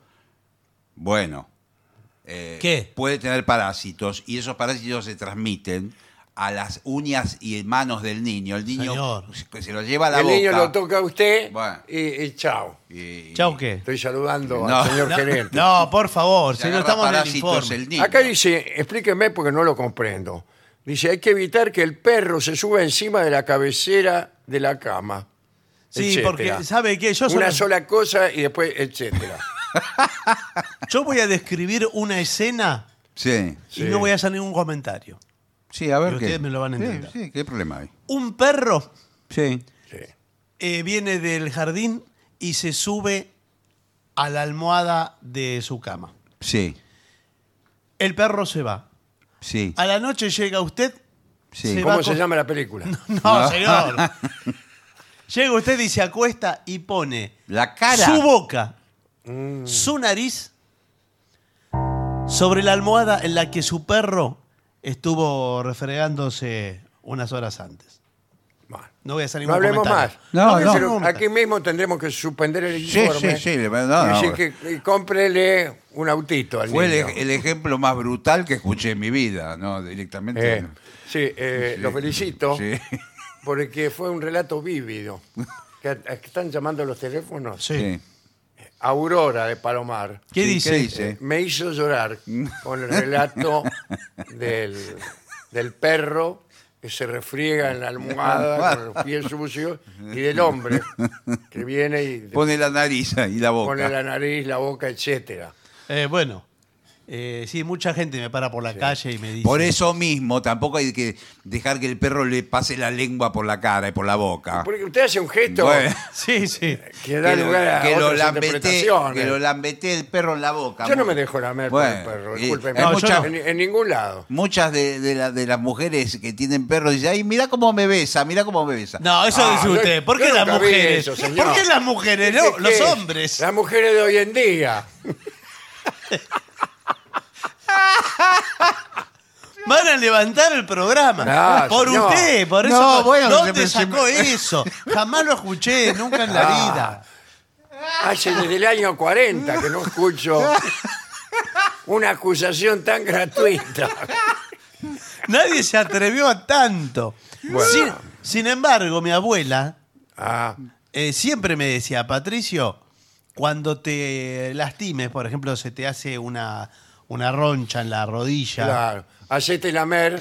D: bueno, eh,
C: ¿Qué?
D: puede tener parásitos y esos parásitos se transmiten a las uñas y manos del niño. El niño
C: Señor.
D: se, se lo lleva a la
B: El
D: boca.
B: niño lo toca a usted
D: Bueno.
B: y, y chao.
D: y-
C: ¿Chau qué?
B: Estoy saludando
D: No.
B: al señor
C: No,
B: gerente.
C: no, por favor,
D: se
C: si no
D: agarra
C: estamos en el
D: parásitos
C: informe.
D: el niño.
B: Acá dice, explíqueme porque no lo comprendo. Dice, hay que evitar que el perro se suba encima de la cabecera de la cama.
C: Sí,
B: etcétera.
C: porque, ¿sabe qué? Yo
B: Una
C: solo-
B: sola cosa y después, etcétera.
C: Yo voy a describir una escena
D: Sí,
B: Sí.
C: y no voy a hacer ningún comentario.
D: sí, a ver
C: Y
D: qué.
C: ustedes me lo van a
D: Sí,
C: entender.
D: Sí, qué problema hay.
C: Un perro
D: Sí.
B: Sí.
C: eh, viene del jardín y se sube a la almohada de su cama.
D: Sí,
C: El perro se va.
D: sí.
C: A la noche llega usted.
D: Sí.
C: Se va
B: ¿Cómo
C: con-
B: se llama la película?
C: No, señor. llega usted y se acuesta y pone
D: La cara.
C: su boca, su nariz, sobre la almohada en la que su perro estuvo refregándose unas horas antes.
B: Bueno,
C: No voy a
B: No
C: hacer ningún
B: hablemos
C: comentario.
B: más.
D: No, no.
B: Pero
C: Comentario.
B: Aquí mismo tendremos que suspender el
D: Sí,
B: informe.
D: sí, sí, le- no, no,
B: Así
D: no.
B: que y cómprele un autito al
D: Fue el,
B: niño.
D: el ejemplo más brutal que escuché en mi vida, ¿no? Directamente.
B: Eh, sí, eh, lo felicito
D: Sí.
B: porque fue un relato vívido. Que a- a- que están llamando los teléfonos.
C: Sí.
D: Sí.
B: Aurora de Palomar
C: ¿Qué
D: Sí,
C: dice?
D: ¿qué dice?
B: me hizo llorar con el relato del, del perro que se refriega en la almohada con los pies sucios y del hombre que viene y
D: Pone la nariz y la boca.
B: pone la nariz, la boca, etcétera.
C: Eh, bueno, eh, sí, mucha gente me para por la calle y me dice.
D: Por eso mismo, tampoco hay que dejar que el perro le pase la lengua por la cara y por la boca.
B: Porque usted hace un gesto
D: Ah. Bueno,
C: Sí, sí.
B: que da lugar a
D: que lo
B: otras
D: lambete,
B: interpretaciones.
D: que lo lambete el perro en la boca.
B: Yo no me dejo lamer
D: Bueno,
B: por el perro,
D: y-
B: discúlpeme.
D: hay
C: No, yo
D: muchas,
C: no.
B: en, en ningún lado.
D: muchas de, de la- de las mujeres que tienen perros dicen, ay, mira cómo me besa, mira cómo me besa.
C: No, eso
B: Ah,
C: dice
B: yo-
C: usted. ¿Por
B: yo
C: qué las
B: nunca vi
C: mujeres?
B: eso, señor.
C: ¿Por qué las mujeres? no?
B: ¿Qué-
C: los
B: qué?
C: hombres.
B: Las mujeres de hoy en día.
C: Van a levantar el programa.
B: No,
C: por
B: señor.
C: usted, por eso.
D: No, bueno, se
C: ¿Dónde
D: me- se
C: sacó
D: me-
C: eso? Jamás lo escuché, nunca en la
B: Ah.
C: vida.
B: Hace desde el año 40 que no escucho una acusación tan gratuita.
C: Nadie se atrevió a tanto.
B: Bueno.
C: Sin, sin embargo, mi abuela
B: Ah,
C: eh, siempre me decía, Patricio, cuando te lastimes, por ejemplo, se te hace una, una roncha en la rodilla.
B: claro. Hacete lamer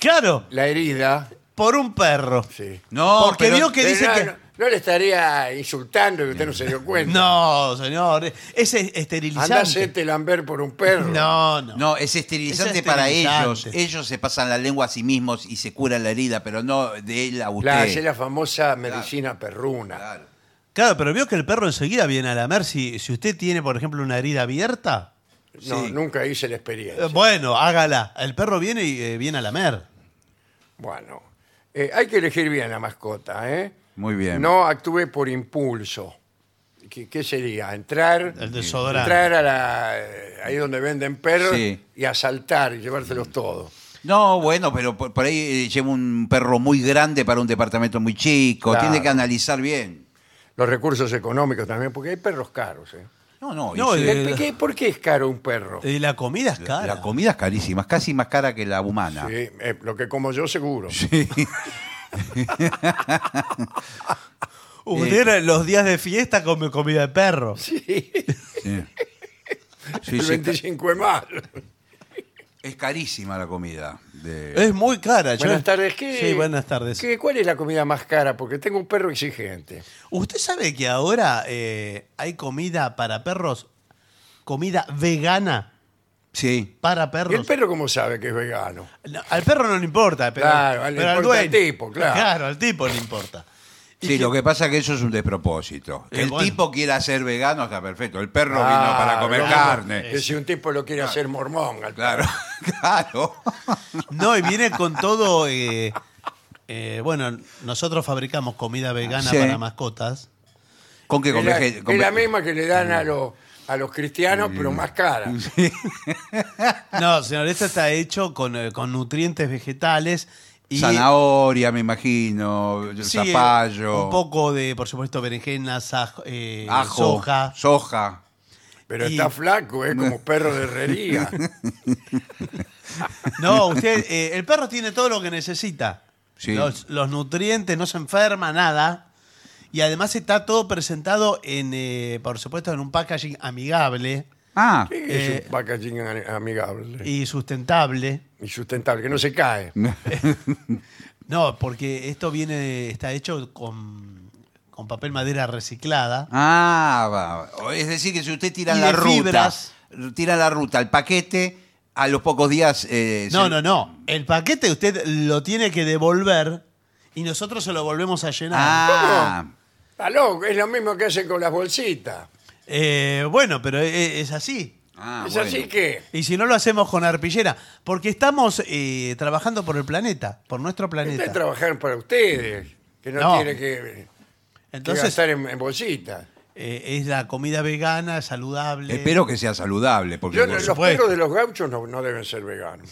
C: Claro,
B: la herida.
C: por un perro.
B: Sí.
D: No,
C: Porque
D: pero-
C: vio que
B: Pero
C: dice
B: no,
C: que.
B: no, No le estaría insultando y usted no se dio cuenta.
C: No, señor. Es es-
B: Anda
C: esterilizante.
B: hacerte lamber por un perro.
C: No, no.
D: No, es esterilizante
C: Es
D: para ellos.
C: esterilizante.
D: Ellos se pasan la lengua a sí mismos y se curan la herida, pero no de él a usted.
B: La, hace la famosa medicina perruna.
D: Claro.
C: Claro, pero vio que el perro enseguida viene a lamer. Si, si usted tiene, por ejemplo, una herida abierta,
B: No,
D: Sí.
B: nunca hice la
C: eh,
B: experiencia.
C: bueno, hágala. El perro viene y eh, viene a lamer.
B: Bueno, eh, hay que elegir bien la mascota, ¿eh?
D: Muy bien.
B: No actúe por impulso. ¿Qué, qué sería? Entrar,
C: El desodorante.
B: entrar a la, eh, ahí donde venden perros
D: Sí. Mm.
B: y asaltar y llevárselos todos.
D: No, bueno, pero por, por ahí eh, lleva un perro muy grande para un departamento muy chico.
B: Claro.
D: Tiene que analizar bien.
B: Los recursos económicos también, porque hay perros caros. ¿eh?
D: No, no. y
C: No,
D: sí,
C: eh,
B: ¿Por qué- ¿Por qué es caro un perro?
C: Eh, la comida es cara.
D: La comida es carísima, es casi más cara que la humana.
B: Sí, eh, lo que como yo seguro. Eh,
C: Usted en los días de fiesta come comida de perro.
D: Sí. Sí,
B: El
D: sí,
B: 25 de mayo.
D: es carísima la comida. de-
C: Es muy cara. yo-
B: Eh, Buenas tardes. ¿qué-
C: Sí, buenas tardes.
B: qué- ¿Cuál es la comida más cara? Porque tengo un perro exigente.
C: ¿Usted sabe que ahora eh, hay comida para perros? Comida vegana
D: Sí.
C: para
B: ¿Y el
C: perros.
B: perro cómo sabe que es vegano?
C: No, al perro no le importa, pero,
B: Claro, le
C: pero al
B: importa
C: dueño.
B: al tipo, claro.
C: al tipo le importa. Y
D: Sí,
C: que-
D: lo que pasa es que eso es un despropósito. Que
C: Eh,
D: el
C: bueno.
D: tipo quiera ser vegano está perfecto. El perro
B: Ah,
D: vino para comer
B: claro.
D: carne.
B: Que si un tipo lo quiere hacer mormón. al
D: Claro,
B: perro.
D: claro.
C: No, y viene con todo. eh, eh, bueno, nosotros fabricamos comida vegana
D: Sí.
C: para mascotas.
D: ¿Con qué
B: Es
D: come
B: la,
D: gente?
B: es
D: Come- Mm.
B: la misma que le dan a los, a los cristianos, pero más cara.
C: No, señor, esto está hecho con, eh, con nutrientes vegetales y.
D: Zanahoria, me imagino,
C: sí, eh,
D: zapallo,
C: Un poco de, por supuesto, berenjenas, aj- eh,
D: ajo,
C: soja.
D: soja.
B: Pero
C: Y-
B: está flaco, es como perro de herrería.
C: No, usted, eh, el perro tiene todo lo que necesita.
D: Sí.
C: Los, los nutrientes, no se enferma, nada. Y además está todo presentado en, eh, por supuesto, en un packaging amigable
D: Ah,
B: es un packaging a- amigable
C: Eh, y sustentable.
B: y sustentable, que no se cae.
C: No, porque esto viene, está hecho con, con papel madera reciclada.
D: ah, va, va. Es decir, que si usted tira
C: Y
D: la
C: de
D: ruta,
C: fibras.
D: tira la ruta, el paquete, a los pocos días. eh,
C: No,
D: se-
C: no, no. El paquete usted lo tiene que devolver y nosotros se lo volvemos a llenar.
D: Ah,
B: Está loco, es lo mismo que hacen con las bolsitas.
C: Eh, bueno, pero e- es así.
D: ah,
B: es
D: bueno.
B: así que.
C: Y si no lo hacemos con arpillera, porque estamos eh, trabajando por el planeta, por nuestro
B: Ustedes
C: planeta.
B: trabajan para ustedes, que no,
C: No.
B: tiene que, Entonces,
C: Entonces
B: gastar en, en bolsitas.
C: eh, es la comida vegana, saludable.
D: Espero que sea saludable. Porque
B: Yo- los
C: supuesto.
B: perros de los gauchos no, no deben ser veganos.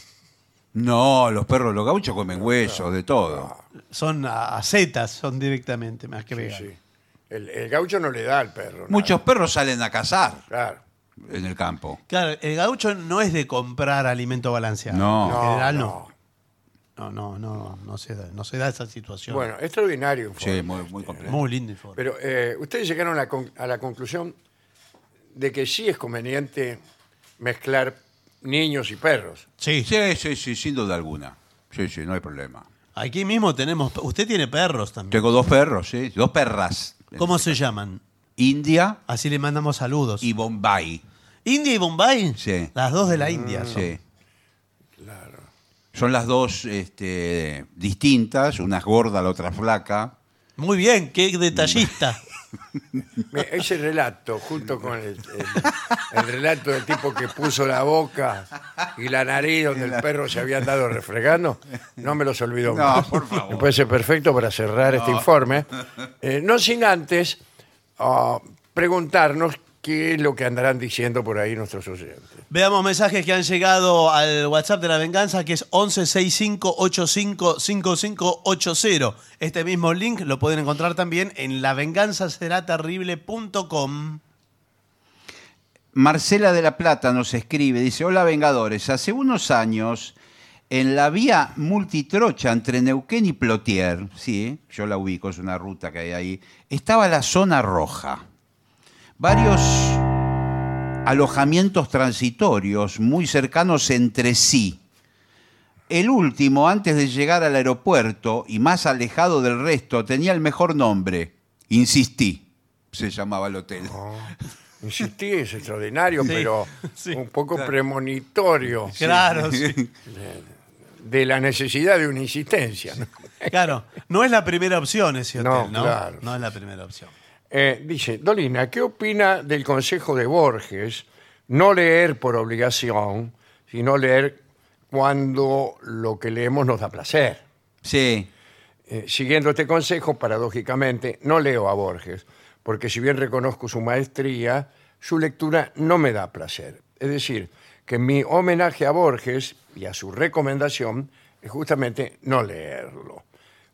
D: No, los perros, los gauchos comen huesos, de todo.
C: Son a- acetas, son directamente más que veganas.
B: Sí. El, el gaucho no le da al perro.
D: Muchos perros salen a cazar
B: nada. Claro.
D: en el campo.
C: Claro, el gaucho no es de comprar alimento balanceado.
D: No.
C: En general
B: No,
C: no. No, no, no, no se da, no se da esa situación.
B: Bueno, extraordinario. informe.
D: Sí, muy, muy complejo.
C: eh, Muy lindo informe.
B: Pero eh, ustedes llegaron a la, con- a la conclusión de que sí es conveniente mezclar niños y perros.
C: Sí.
D: Sí, sí, sí, sin duda alguna. Sí, sí, no hay problema.
C: Aquí mismo tenemos. Usted tiene perros también.
D: Tengo dos perros, sí, dos perras.
C: ¿Cómo se llaman?
D: India
C: Así le mandamos saludos.
D: y Bombay.
C: ¿India y Bombay?
D: Sí.
C: Las dos de la India.
B: Mm.
C: son.
D: Sí. Son las dos este, distintas, una es gorda, la otra es flaca.
C: Muy bien, qué detallista.
B: Me- Ese relato, junto con el, el- el relato del tipo que puso la boca y la nariz donde el perro se había andado refregando, no me los olvido.
D: No,
B: más.
D: por favor.
B: Me parece perfecto para cerrar este informe. Eh, no sin antes ah, preguntarnos qué es lo que andarán diciendo por ahí nuestros oyentes.
C: Veamos mensajes que han llegado al WhatsApp de la venganza, que es 1165855580. Este mismo link lo pueden encontrar también en lavenganzaseraterrible.com.
D: Marcela de la Plata nos escribe, dice, hola Vengadores, hace unos años en la vía multitrocha entre Neuquén y Plotier, sí, yo la ubico, es una ruta que hay ahí, estaba la zona roja. Varios alojamientos transitorios muy cercanos entre sí. El último, antes de llegar al aeropuerto y más alejado del resto, tenía el mejor nombre, Insistí, se llamaba el hotel.
B: Insistí, es extraordinario,
C: Sí,
B: pero
C: sí,
B: un poco premonitorio
C: Claro, sí.
B: de la necesidad de una insistencia. ¿no?
C: Claro, no es la primera opción ese hotel,
B: No,
C: ¿no?
B: claro.
C: No es la primera opción.
B: Eh, dice, Dolina, ¿qué opina del consejo de Borges? No leer por obligación, sino leer cuando lo que leemos nos da placer.
D: Sí,
B: Eh, siguiendo este consejo, paradójicamente, no leo a Borges, porque si bien reconozco su maestría, su lectura no me da placer. Es decir, que mi homenaje a Borges y a su recomendación es justamente no leerlo.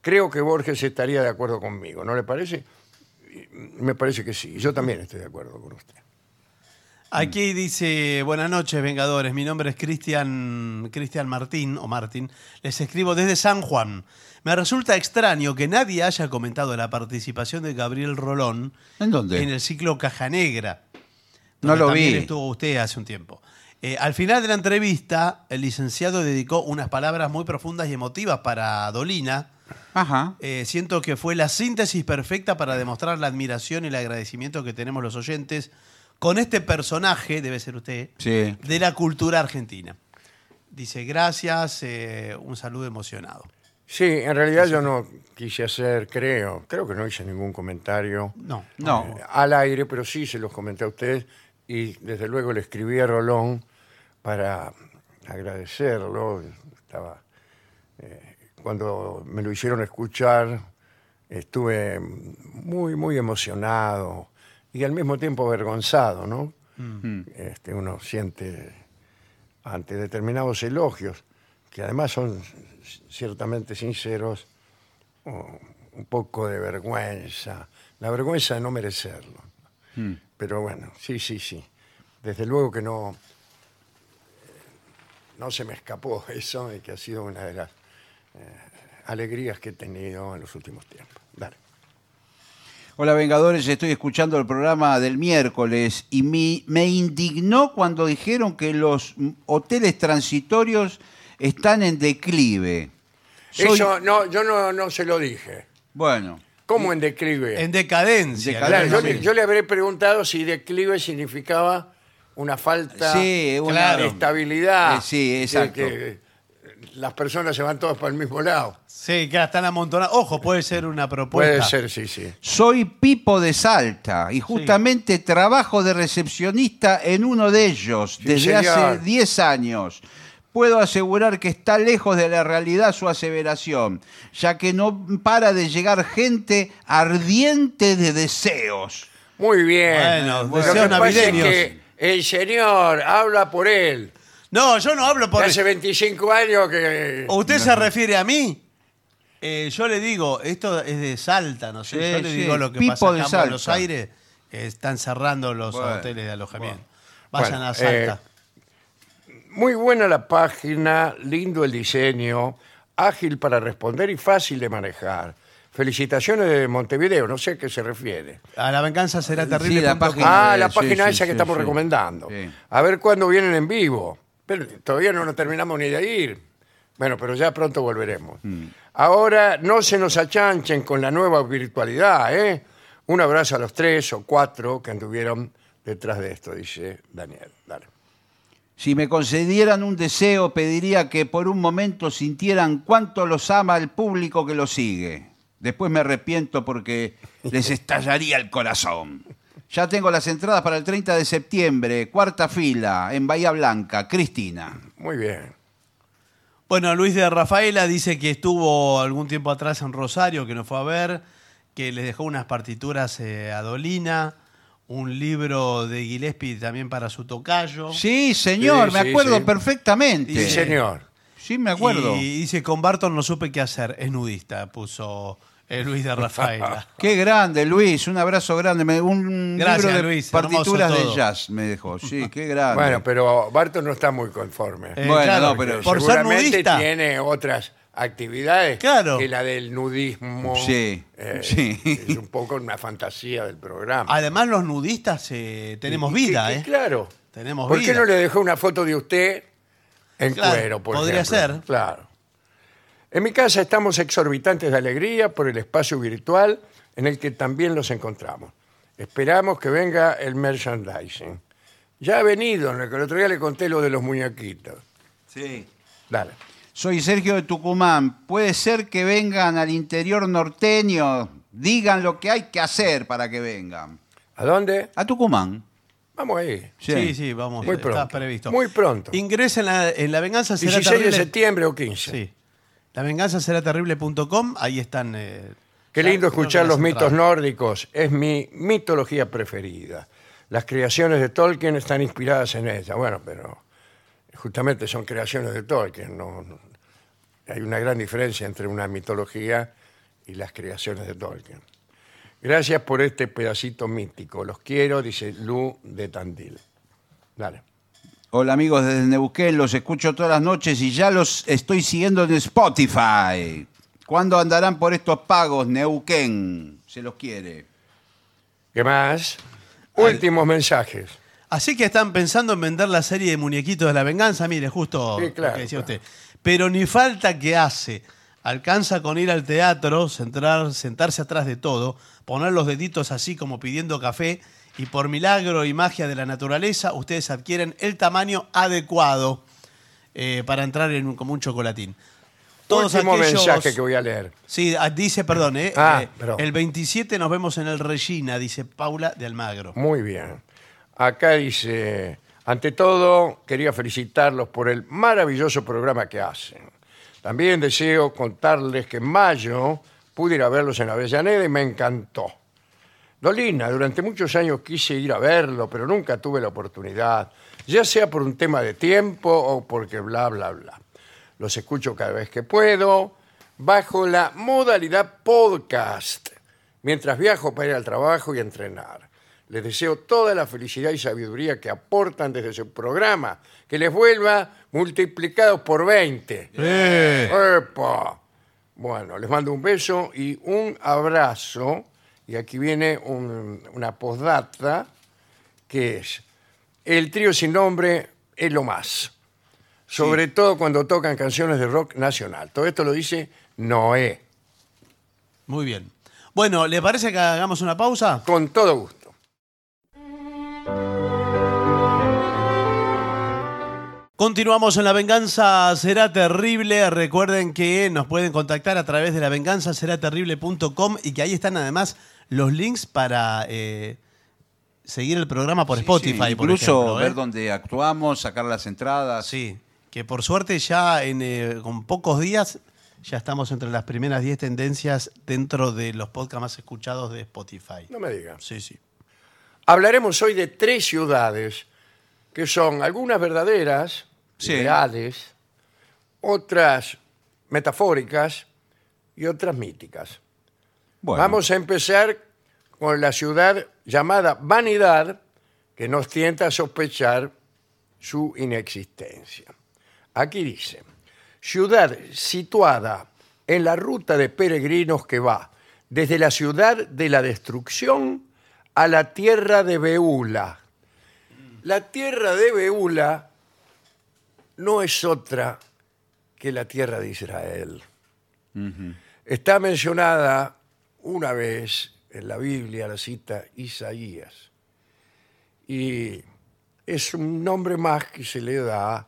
B: Creo que Borges estaría de acuerdo conmigo, ¿no le parece? Y, mm, Me parece que sí, yo también estoy de acuerdo con usted.
C: Aquí dice, buenas noches, Vengadores. Mi nombre es Cristian Cristian Martín, o Martín. Les escribo desde San Juan. Me resulta extraño que nadie haya comentado la participación de Gabriel Rolón
D: ¿En dónde?
C: en el ciclo Caja Negra.
D: No
C: donde
D: lo
C: también
D: vi.
C: estuvo usted hace un tiempo. Eh, al final de la entrevista, el licenciado dedicó unas palabras muy profundas y emotivas para Dolina.
D: Ajá.
C: Eh, siento que fue la síntesis perfecta para demostrar la admiración y el agradecimiento que tenemos los oyentes con este personaje, debe ser usted,
D: Sí.
C: de la cultura argentina. Dice, gracias, eh, un saludo emocionado.
B: Sí, en realidad yo no quise hacer, creo, creo que no hice ningún comentario.
C: No,
D: No.
B: al aire, pero sí se los comenté a ustedes y desde luego le escribí a Rolón para agradecerlo. Estaba, eh, cuando me lo hicieron escuchar, estuve muy, muy emocionado y al mismo tiempo avergonzado, ¿no? Este, uno siente ante determinados elogios, que además son ciertamente sinceros, o un poco de vergüenza, la vergüenza de no merecerlo. Pero bueno, sí, sí, sí. Desde luego que no, eh, no se me escapó eso y que ha sido una de las eh, alegrías que he tenido en los últimos tiempos. Dale.
D: Hola Vengadores, estoy escuchando el programa del miércoles y mi- me indignó cuando dijeron que los mm, hoteles transitorios están en declive. Soy-
B: Eso no, yo no, no se lo dije.
D: Bueno,
B: ¿Cómo en declive?
C: En decadencia.
B: Claro,
D: Claro,
B: yo,
D: sí.
B: le, yo le habré preguntado si declive significaba una falta
D: Sí, una-
B: de estabilidad.
D: Eh, sí,
B: de
D: exacto.
B: que, eh, las personas se van todas para el mismo lado.
C: Sí, que están amontonados. Ojo, puede ser una propuesta.
B: Puede ser, sí, sí.
D: soy Pipo de Salta y justamente trabajo de recepcionista en uno de ellos desde
B: señor.
D: hace 10 años. Puedo asegurar que está lejos de la realidad su aseveración, ya que no para de llegar gente ardiente de deseos.
B: Muy bien.
C: Bueno,
B: Lo que
C: deseos
B: pasa es
C: navideños.
B: que el señor habla por él.
C: No, yo no hablo por...
B: Hace 25 años que...
C: ¿O ¿Usted se refiere a mí? Eh, yo le digo, esto es de Salta, no sé.
D: Sí,
C: yo le
D: sí,
C: digo lo que
D: Pipo
C: pasa
D: de
C: acá en
D: Salta.
C: Buenos Aires. que están cerrando los
D: Bueno, eh,
C: hoteles de alojamiento. Vayan
B: Bueno,
C: a Salta.
B: Muy buena la página, lindo el diseño, ágil para responder y fácil de manejar. Felicitaciones de Montevideo, no sé a qué se refiere.
C: a la venganza será terrible.
D: Sí, la
C: punto com.
D: página.
B: Ah, la
D: sí,
B: página
D: Eh, sí,
B: esa que
D: sí,
B: estamos
D: sí.
B: recomendando.
D: Sí.
B: A ver cuándo vienen en vivo. Pero todavía no nos terminamos ni de ir. Bueno, pero ya pronto volveremos.
D: Mm.
B: Ahora no se nos achanchen con la nueva virtualidad, ¿eh? Un abrazo a los tres o cuatro que anduvieron detrás de esto, dice Daniel. Dale.
D: Si me concedieran un deseo, pediría que por un momento sintieran cuánto los ama el público que los sigue. Después me arrepiento porque les estallaría el corazón. Ya tengo las entradas para el 30 de septiembre, cuarta fila, en Bahía Blanca, Cristina.
B: Muy bien.
C: Bueno, Luis de Rafaela dice que estuvo algún tiempo atrás en Rosario, que nos fue a ver, que les dejó unas partituras eh, a Dolina, un libro de Gillespie también para su tocayo.
D: Sí, señor,
B: Sí,
D: me
B: sí,
D: acuerdo
B: sí.
D: perfectamente.
B: Sí, señor.
D: Sí, me acuerdo.
C: Y dice, con Barton no supe qué hacer, es nudista, puso eh, Luis de Rafaela.
D: Qué grande, Luis, un abrazo grande. Me- Un
C: Gracias,
D: libro de
C: Luis, hermoso
D: partituras de
C: todo.
D: jazz me dejó. Sí, qué grande.
B: Bueno, pero Barton no está muy conforme.
C: Eh,
D: Bueno, no, pero
C: por ser
B: Seguramente
C: nudista.
B: tiene otras actividades
C: Claro.
B: que la del nudismo.
D: Sí,
B: eh,
D: sí.
B: Es un poco una fantasía del programa.
C: Además, los nudistas eh, Ah, tenemos
B: Y- y-
C: vida,
B: y
C: ¿eh?
B: Claro.
C: Tenemos
B: ¿Por qué
C: vida.
B: no le dejó una foto de usted en
C: Claro,
B: cuero, por
C: podría
B: ejemplo?
C: ser.
B: Claro. En mi casa estamos exorbitantes de alegría por el espacio virtual en el que también los encontramos. Esperamos que venga el merchandising. Ya ha venido, el otro día le conté lo de los muñequitos.
D: Sí.
B: Dale.
D: Soy Sergio de Tucumán. Puede ser que vengan al interior norteño. Digan lo que hay que hacer para que vengan.
B: ¿A dónde?
D: A Tucumán.
B: Vamos ahí.
C: Sí, sí, vamos. eh,
B: Muy
C: está
B: pronto.
C: previsto.
B: Muy pronto.
C: Ingresa en la, en la venganza será
B: 16 de
C: terrible.
B: septiembre o 15.
C: Sí. La venganza será terrible.com. Ahí están. eh,
B: Qué
C: ya
B: lindo
C: creo que
B: escuchar
C: las
B: los mitos
C: entradas.
B: nórdicos. Es mi mitología preferida. Las creaciones de Tolkien están inspiradas en ella. Bueno, pero justamente son creaciones de Tolkien. No, no- hay una gran diferencia entre una mitología y las creaciones de Tolkien. Gracias por este pedacito mítico. Los quiero, dice Lu de Tandil. Dale.
D: Hola amigos desde Neuquén, los escucho todas las noches y ya los estoy siguiendo en Spotify. ¿Cuándo andarán por estos pagos, Neuquén? Se los quiere.
B: ¿Qué más? Últimos mensajes.
C: Así que están pensando en vender la serie de muñequitos de la venganza. Mire, justo
B: Sí, claro,
C: lo que decía
B: claro.
C: usted. Pero ni falta que hace. Alcanza con ir al teatro, centrar- sentarse atrás de todo, poner los deditos así como pidiendo café y por milagro y magia de la naturaleza ustedes adquieren el tamaño adecuado eh, para entrar en un, como un chocolatín.
B: Último mensaje que voy a leer.
C: Sí, ah, dice, perdón, eh,
B: Ah,
C: eh,
B: perdón.
C: el 27 nos vemos en el Regina, dice Paula de Almagro.
B: Muy bien. Acá dice, ante todo, quería felicitarlos por el maravilloso programa que hacen. También deseo contarles que en mayo pude ir a verlos en Avellaneda y me encantó. Dolina, durante muchos años quise ir a verlo, pero nunca tuve la oportunidad, ya sea por un tema de tiempo o porque bla, bla, bla. Los escucho cada vez que puedo, bajo la modalidad podcast, mientras viajo para ir al trabajo y entrenar. Les deseo toda la felicidad y sabiduría que aportan desde su programa, que les vuelva multiplicados por 20. Eh, ¡Epa! Bueno, les mando un beso y un abrazo. Y aquí viene un- una postdata que es El trío sin nombre es lo más. Sobre todo cuando tocan canciones de rock nacional. Todo esto lo dice Noé.
C: Muy bien. Bueno, ¿le parece que hagamos una pausa?
B: Con todo gusto.
C: Continuamos en La Venganza Será Terrible. Recuerden que nos pueden contactar a través de lavenganzaseraterrible.com y que ahí están además los links para eh, seguir el programa por
D: Sí,
C: Spotify.
D: sí,
C: por
D: Incluso
C: ejemplo, ¿eh?
D: ver dónde actuamos, sacar las entradas.
C: Sí, que por suerte ya en, eh, con pocos días ya estamos entre las primeras 10 tendencias dentro de los podcasts más escuchados de Spotify.
B: No me digas.
C: Sí, sí.
B: Hablaremos hoy de tres ciudades que son algunas verdaderas,
D: Sí.
B: reales, otras metafóricas y otras míticas.
D: Bueno,
B: Vamos a empezar con la ciudad llamada Vanidad, que nos tienta a sospechar su inexistencia. Aquí dice, ciudad situada en la ruta de peregrinos que va desde la ciudad de la destrucción a la tierra de Beula. La tierra de Beula no es otra que la tierra de Israel. Está mencionada una vez en la Biblia la cita Isaías. Y es un nombre más que se le da.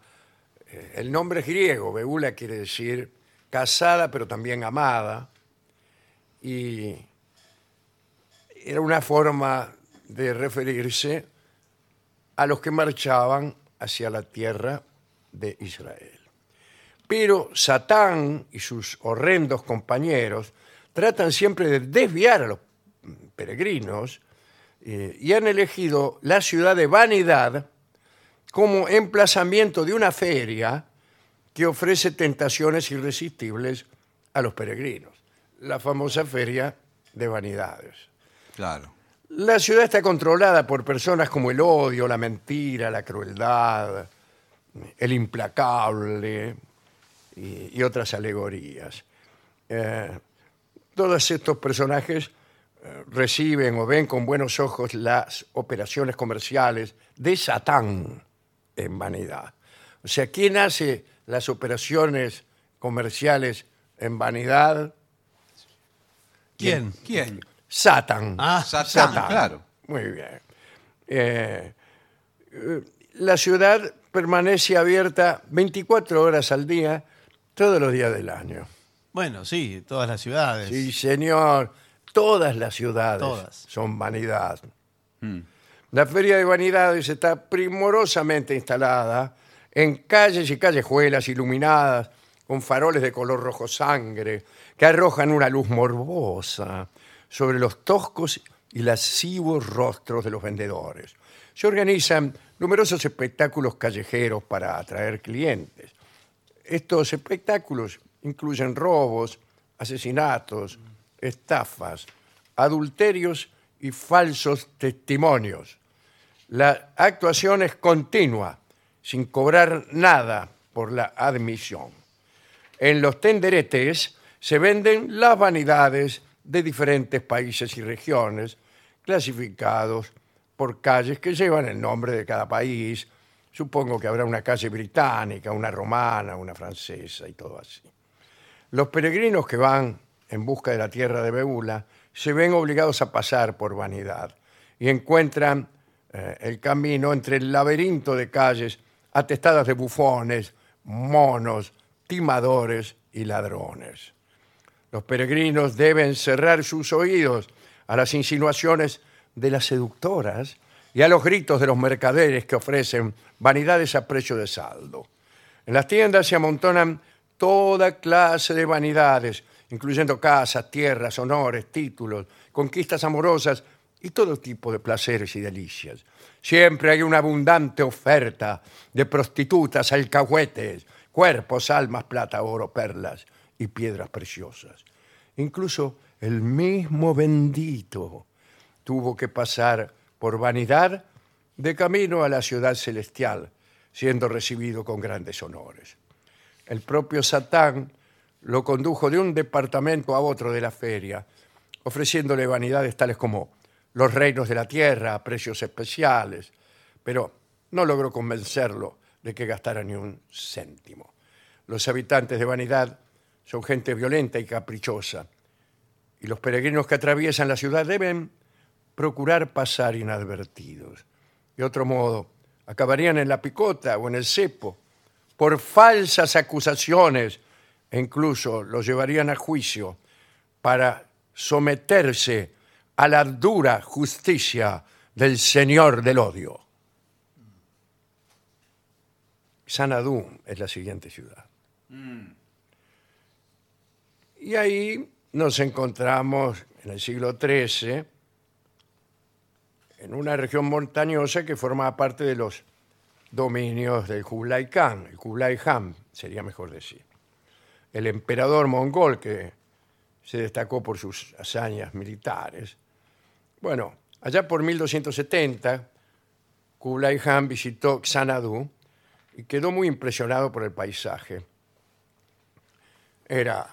B: eh, El nombre es griego, Beula quiere decir casada, pero también amada. Y era una forma de referirse a los que marchaban hacia la tierra de Israel. Pero Satán y sus horrendos compañeros tratan siempre de desviar a los peregrinos eh, y han elegido la ciudad de Vanidad como emplazamiento de una feria que ofrece tentaciones irresistibles a los peregrinos, la famosa feria de vanidades.
D: claro.
B: La ciudad está controlada por personas como el odio, la mentira, la crueldad, el implacable y, y otras alegorías. Eh, todos estos personajes eh, reciben o ven con buenos ojos las operaciones comerciales de Satán en vanidad. O sea, ¿quién hace las operaciones comerciales en vanidad.
C: ¿Quién?
D: ¿Quién?
B: Satan.
C: Ah,
D: Satán,
B: Satán.
D: claro.
B: Muy bien. Eh, eh, la ciudad permanece abierta 24 horas al día, todos los días del año.
C: Bueno, sí, todas las ciudades.
B: Sí, señor. Todas las ciudades
C: Todas. Hmm.
B: son vanidad. La Feria de Vanidades está primorosamente instalada en calles y callejuelas iluminadas con faroles de color rojo sangre que arrojan una luz morbosa sobre los toscos y lascivos rostros de los vendedores. Se organizan numerosos espectáculos callejeros para atraer clientes. Estos espectáculos incluyen robos, asesinatos, estafas, adulterios y falsos testimonios. La actuación es continua, sin cobrar nada por la admisión. En los tenderetes se venden las vanidades de diferentes países y regiones, clasificados por calles que llevan el nombre de cada país. Supongo que habrá una calle británica, una romana, una francesa y todo así. Los peregrinos que van en busca de la tierra de Beula se ven obligados a pasar por vanidad y encuentran eh, el camino entre el laberinto de calles atestadas de bufones, monos, timadores y ladrones. Los peregrinos deben cerrar sus oídos a las insinuaciones de las seductoras y a los gritos de los mercaderes que ofrecen vanidades a precio de saldo. En las tiendas se amontonan toda clase de vanidades, incluyendo casas, tierras, honores, títulos, conquistas amorosas y todo tipo de placeres y delicias. Siempre hay una abundante oferta de prostitutas, alcahuetes, cuerpos, almas, plata, oro, perlas y piedras preciosas. Incluso el mismo bendito tuvo que pasar por vanidad de camino a la ciudad celestial, siendo recibido con grandes honores. El propio Satán lo condujo de un departamento a otro de la feria, ofreciéndole vanidades tales como los reinos de la tierra a precios especiales, pero no logró convencerlo de que gastara ni un céntimo. Los habitantes de Vanidad son gente violenta y caprichosa, y los peregrinos que atraviesan la ciudad deben procurar pasar inadvertidos. De otro modo, acabarían en la picota o en el cepo por falsas acusaciones e incluso los llevarían a juicio para someterse a la dura justicia del Señor del Odio. Sanadú es la siguiente ciudad. Y ahí nos encontramos en el siglo XIII en una región montañosa que formaba parte de los dominios del Kublai Khan, el Kublai Han sería mejor decir, el emperador mongol que se destacó por sus hazañas militares. Bueno, allá por 1270, Kublai Khan visitó Xanadu y quedó muy impresionado por el paisaje. Era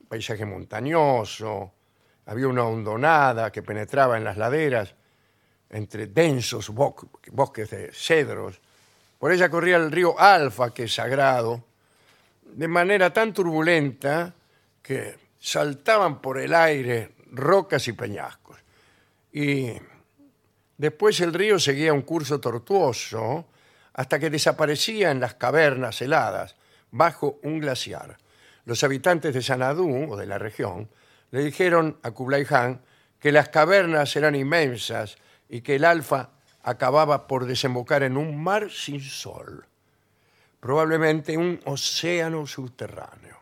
B: un paisaje montañoso, había una hondonada que penetraba en las laderas entre densos bo- bosques de cedros. Por ella corría el río Alfa, que es sagrado, de manera tan turbulenta que saltaban por el aire rocas y peñascos. Y después el río seguía un curso tortuoso hasta que desaparecía en las cavernas heladas bajo un glaciar. Los habitantes de Sanadú o de la región le dijeron a Kublai Khan que las cavernas eran inmensas y que el Alfa acababa por desembocar en un mar sin sol, probablemente un océano subterráneo.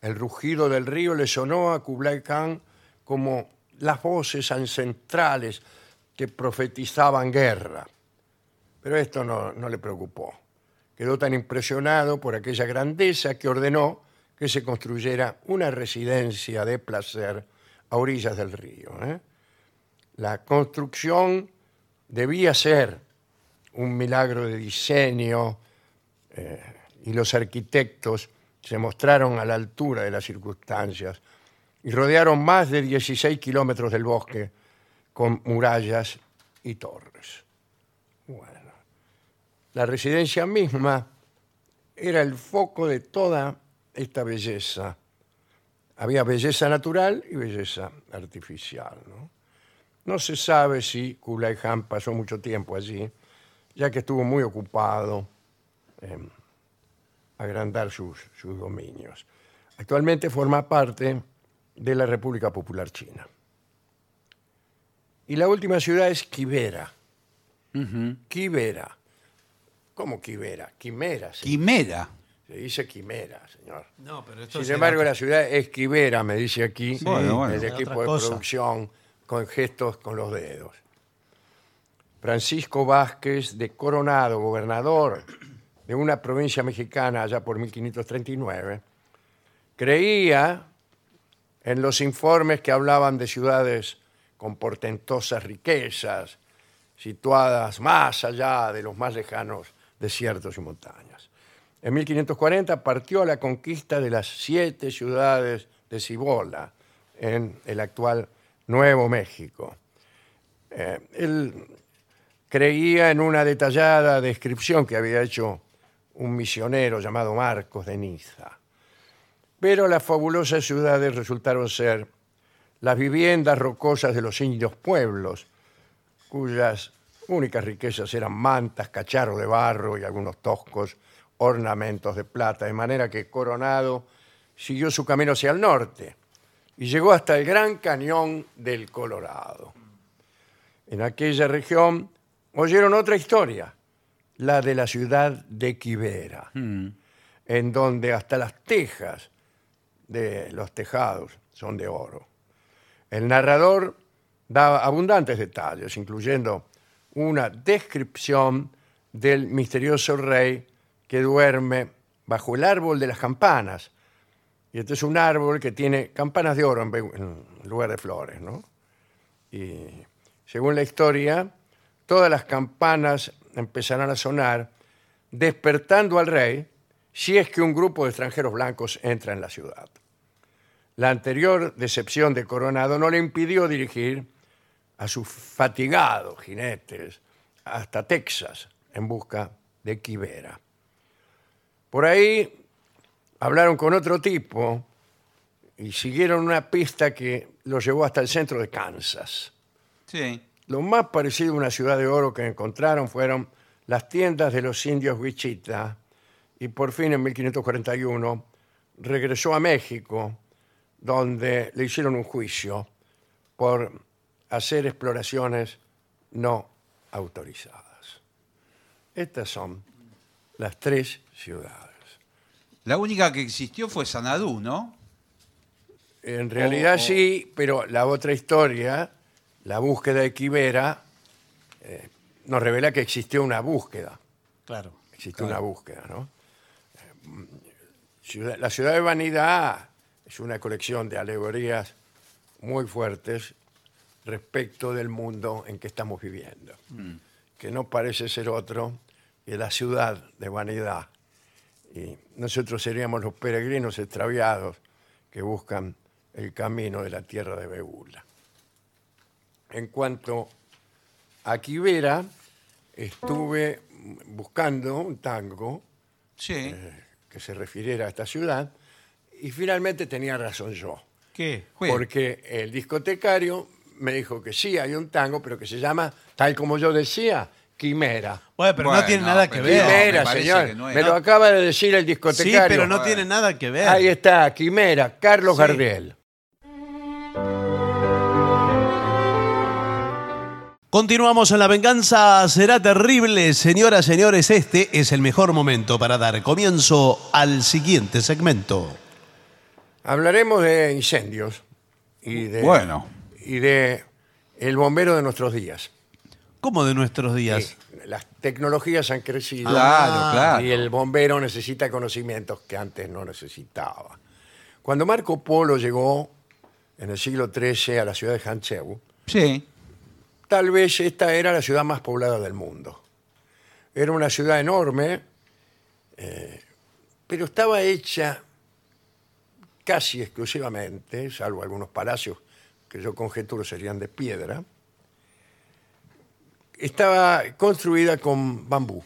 B: El rugido del río le sonó a Kublai Khan como las voces ancestrales que profetizaban guerra. Pero esto no, no le preocupó. Quedó tan impresionado por aquella grandeza que ordenó que se construyera una residencia de placer a orillas del río. ¿eh? La construcción debía ser un milagro de diseño, y los arquitectos se mostraron a la altura de las circunstancias y rodearon más de 16 kilómetros del bosque con murallas y torres. Bueno, la residencia misma era el foco de toda esta belleza había belleza natural y belleza artificial. No, No se sabe si Kublai Khan pasó mucho tiempo allí, ya que estuvo muy ocupado en agrandar sus, sus dominios. Actualmente forma parte de la República Popular China. Y la última ciudad es Quivera. Quivera. ¿Cómo Quivera? Quimera. se
D: Quimera.
B: se dice quimera, señor.
C: No, pero esto
B: Sin
C: será-
B: embargo, la ciudad es quimera, me dice aquí
D: Bueno, bueno.
B: el
C: será
B: equipo
C: otra
B: de
C: cosa.
B: producción con gestos con los dedos. Francisco Vázquez de Coronado, gobernador de una provincia mexicana allá por 1539, creía en los informes que hablaban de ciudades con portentosas riquezas, situadas más allá de los más lejanos desiertos y montañas. En 1540 partió a la conquista de las siete ciudades de Cibola, en el actual Nuevo México. Eh, él creía en una detallada descripción que había hecho un misionero llamado Marcos de Niza. Pero las fabulosas ciudades resultaron ser las viviendas rocosas de los indios pueblos, cuyas únicas riquezas eran mantas, cacharros de barro y algunos toscos ornamentos de plata, de manera que Coronado siguió su camino hacia el norte y llegó hasta el Gran Cañón del Colorado. En aquella región oyeron otra historia, la de la ciudad de Quivera, en donde hasta las tejas de los tejados son de oro. El narrador da abundantes detalles, incluyendo una descripción del misterioso rey que duerme bajo el árbol de las campanas. Y este es un árbol que tiene campanas de oro en vez- en lugar de flores, ¿no? Y según la historia, todas las campanas empezarán a sonar, despertando al rey si es que un grupo de extranjeros blancos entra en la ciudad. La anterior decepción de Coronado no le impidió dirigir a sus fatigados jinetes hasta Texas en busca de Quivera. Por ahí hablaron con otro tipo y siguieron una pista que los llevó hasta el centro de Kansas.
D: Sí.
B: Lo más parecido a una ciudad de oro que encontraron fueron las tiendas de los indios Wichita y por fin en 1541 regresó a México donde le hicieron un juicio por hacer exploraciones no autorizadas. Estas son las tres ciudades.
D: La única que existió fue Sanadú, ¿no?
B: En realidad
D: o-
B: sí, pero la otra historia, la búsqueda de Quivera, eh, nos revela que existió una búsqueda.
C: Claro.
B: existe una búsqueda, ¿no? Eh, ciudad- la ciudad de Vanidad es una colección de alegorías muy fuertes respecto del mundo en que estamos viviendo, que no parece ser otro que la ciudad de Vanidad. Y nosotros seríamos los peregrinos extraviados que buscan el camino de la tierra de Beula. En cuanto a Quivera, estuve buscando un tango
D: Sí.
C: Eh.
B: que se refiriera a esta ciudad y finalmente tenía razón yo,
C: ¿Qué?
D: Bueno.
B: porque el discotecario me dijo que sí, hay un tango, pero que se llama, tal como yo decía, Quimera.
C: Bueno, pero
D: Bueno,
C: no tiene nada que
D: pero-
C: ver.
B: Quimera,
D: me parece
B: señor.
D: que no es.
B: me lo acaba de decir el
C: Sí,
B: discotecario.
C: pero no tiene nada que ver.
B: Ahí está, Quimera, Carlos
C: Sí.
B: Gardel.
C: Continuamos en La Venganza Será Terrible. Señoras, señores, este es el mejor momento para dar comienzo al siguiente segmento.
B: Hablaremos de incendios y de,
D: Bueno.
B: y de el bombero de nuestros días.
C: ¿Cómo de nuestros días?
B: Eh, Las tecnologías han crecido.
D: Claro, claro.
B: Y el bombero necesita conocimientos que antes no necesitaba. Cuando Marco Polo llegó en el siglo XIII a la ciudad de Hancheu,
D: Sí.
B: tal vez esta era la ciudad más poblada del mundo. Era una ciudad enorme, eh, pero estaba hecha casi exclusivamente, salvo algunos palacios que yo conjeturo serían de piedra, estaba construida con bambú.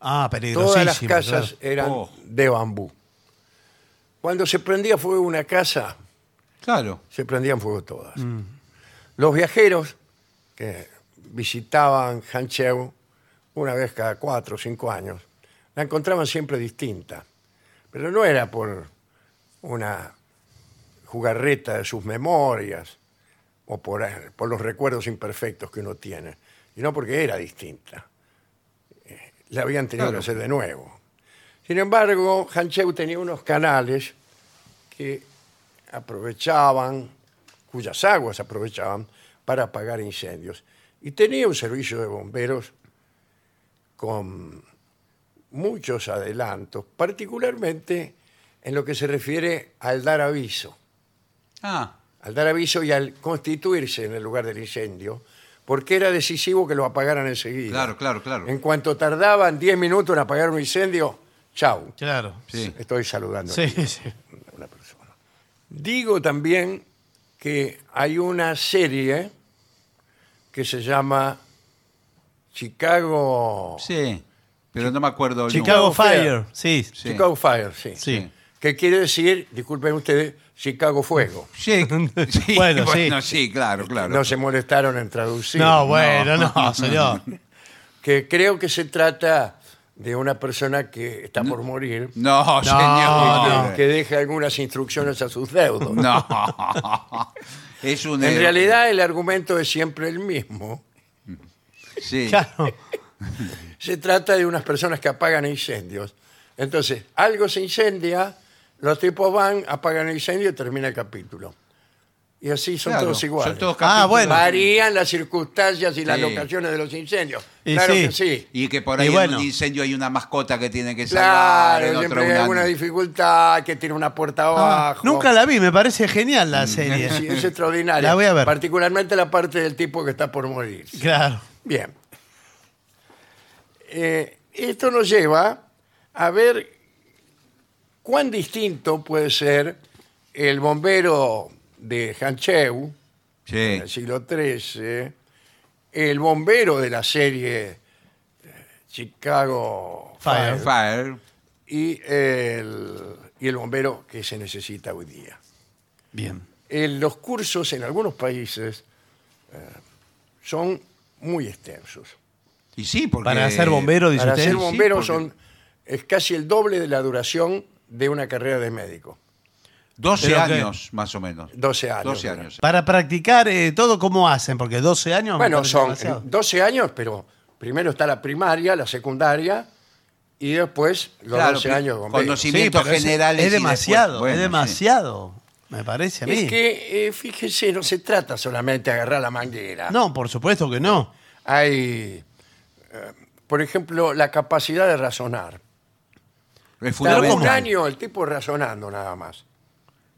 C: Ah,
B: Todas las
C: peligrosísimo.
B: casas
C: claro.
B: eran
D: Oh.
B: de bambú. Cuando se prendía fuego una casa,
D: Claro.
B: se prendían fuego todas. Los viajeros que visitaban Hancheu una vez cada cuatro o cinco años, la encontraban siempre distinta. Pero no era por una jugarreta de sus memorias o por, eh, por los recuerdos imperfectos que uno tiene, sino porque era distinta. Eh, La habían tenido
D: Claro.
B: que hacer de nuevo. Sin embargo, Hancheu tenía unos canales que aprovechaban, cuyas aguas aprovechaban para apagar incendios. Y tenía un servicio de bomberos con muchos adelantos, particularmente en lo que se refiere al dar aviso.
D: Ah,
B: Al dar aviso y al constituirse en el lugar del incendio, porque era decisivo que lo apagaran enseguida.
D: claro, claro, claro.
B: En cuanto tardaban 10 minutos en apagar un incendio, chau.
C: Claro.
D: Sí.
B: Estoy saludando.
C: Sí, sí.
B: una persona. Digo también que hay una serie que se llama Chicago,
D: Sí, pero no me acuerdo. el
C: Chicago
B: Chicago Fire.
C: Fire. Sí.
D: Sí.
B: Chicago Fire, sí.
C: Sí.
B: Que quiere decir, disculpen ustedes, Chicago Fuego.
D: número. Sí, sí,
C: Bueno, sí.
D: bueno, sí, claro, claro.
B: No se molestaron en traducir.
C: No, bueno, no, señor.
B: Que creo que se trata de una persona que está por morir,
D: No,
C: No.
D: señor.
B: que deja algunas instrucciones a sus deudos.
D: No. Es un.
B: En
D: eh,
B: realidad el argumento es siempre el mismo.
D: Sí.
C: Claro.
B: se trata de unas personas que apagan incendios. Entonces, algo se incendia, los tipos van, apagan el incendio y termina el capítulo. Y así son
D: Claro,
B: todos iguales.
D: Son todos
C: Ah,
D: capítulos.
C: bueno.
B: Varían las circunstancias y las
D: Sí.
B: locaciones de los incendios.
C: Y
B: claro
C: sí.
B: que sí.
D: Y que por
C: Y
D: ahí
C: bueno.
D: en un incendio hay una mascota que tiene que salvar.
B: Claro,
D: en otro
B: siempre hay
D: un
B: alguna
D: an-
B: dificultad, que tiene una puerta abajo.
C: Ah, Nunca la vi, me parece genial la serie.
B: Sí, es extraordinaria.
C: La voy a ver.
B: Particularmente la parte del tipo que está por morir.
C: Claro.
B: Bien. Eh, esto nos lleva a ver cuán distinto puede ser el bombero de Hancheu,
D: Sí.
B: del siglo XIII, el bombero de la serie eh, Chicago Fire,
C: Fire.
D: Fire.
B: Y, el, y el bombero que se necesita hoy día
C: Bien.
B: el- los cursos en algunos países eh, son muy extensos.
D: Y sí, porque.
C: Para ser bombero, dice
B: Para
C: usted.
B: ser bombero
D: sí, porque-
B: son es casi el doble de la duración de una carrera de médico.
D: 12
C: Pero que-
D: años, más o menos.
B: 12 años.
D: 12 años.
C: Para practicar eh, todo como hacen, porque 12 años. me
B: Bueno,
C: parece
B: son
C: demasiado.
B: 12 años, pero primero está la primaria, la secundaria y después los
D: Claro,
B: 12
D: pero
B: años de bombero.
D: conocimiento-
C: Sí, pero
D: Cimientos
C: es-
D: generales
C: Es
D: y después-
C: demasiado,
D: bueno,
C: es
D: sí.
C: demasiado, me parece a mí.
B: Es que, eh, fíjese, no se trata solamente de agarrar la manguera.
C: No, por supuesto que no.
B: Hay, eh, por ejemplo, la capacidad de razonar.
D: Es
B: Tardó un
D: fundamental.
B: año el tipo razonando nada más.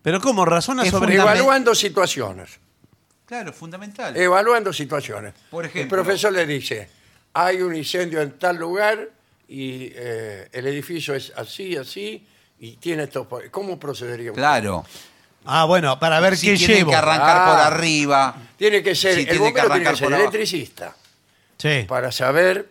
C: Pero ¿cómo razona
D: Es
C: sobre
D: fundamental.
B: Evaluando situaciones.
D: Claro, fundamental.
B: Evaluando situaciones.
D: Por ejemplo.
B: el profesor le dice, hay un incendio en tal lugar y eh, el edificio es así, así, y tiene estos... po- ¿Cómo procedería usted?
D: Claro.
C: Ah, bueno, para ver
D: si
C: qué
D: tienen
C: llevo.
D: que arrancar
B: Ah.
D: por arriba.
B: Tiene que ser,
D: Si
B: el
D: tiene
B: bombero
D: que
B: tiene
D: arrancar
B: que ser
D: por abajo.
B: electricista
C: Sí.
B: para saber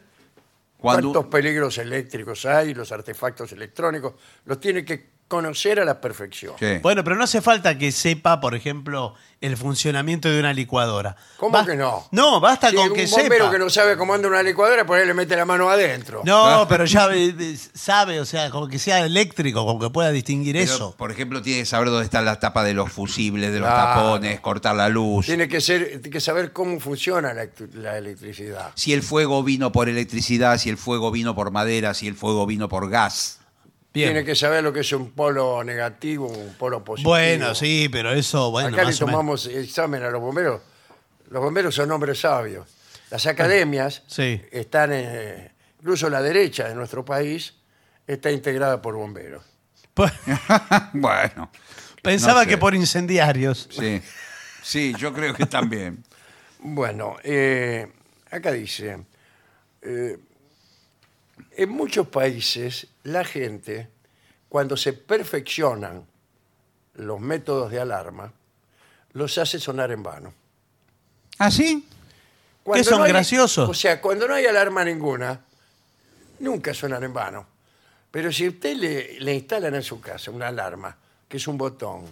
D: Cuando-
B: cuántos peligros eléctricos hay, los artefactos electrónicos, los tiene que conocer a la perfección.
D: Sí.
C: Bueno, pero no hace falta que sepa, por ejemplo, el funcionamiento de una licuadora.
B: ¿Cómo
C: Bas-
B: que no?
C: No, basta
B: Si
C: con
B: un
C: que
B: bombero
C: sepa.
B: que no Ah. sabe cómo anda una licuadora, por ahí le mete la mano adentro.
C: No, pero ya eh, eh, sabe, o sea, como que sea eléctrico, como que pueda distinguir
D: Pero,
C: eso.
D: Por ejemplo, tiene que saber dónde están las tapas de los fusibles, de los
B: Claro.
D: tapones, cortar la luz.
B: Tiene que ser, que saber cómo funciona la, actu- la electricidad.
D: Si el fuego vino por electricidad, si el fuego vino por madera, si el fuego vino por gas.
C: Bien.
B: Tiene que saber lo que es un polo negativo, un polo positivo.
C: Bueno, sí, pero eso, bueno,
B: Acá le
C: más o menos.
B: tomamos examen a los bomberos. Los bomberos son hombres sabios. Las academias
C: Ah, Sí.
B: están, eh, incluso la derecha de nuestro país está integrada por bomberos.
D: bueno,
C: Pensaba
D: No sé.
C: que por incendiarios.
D: sí. Sí, yo creo que también.
B: Bueno, eh, acá dice, eh, en muchos países la gente, cuando se perfeccionan los métodos de alarma, los hace sonar en vano.
D: ¿Ah, sí?
B: Cuando
C: son
B: hay-
C: graciosos?
B: O sea, cuando no hay alarma ninguna, nunca sonan en vano. Pero si a usted le, le instalan en su casa una alarma que es un botón,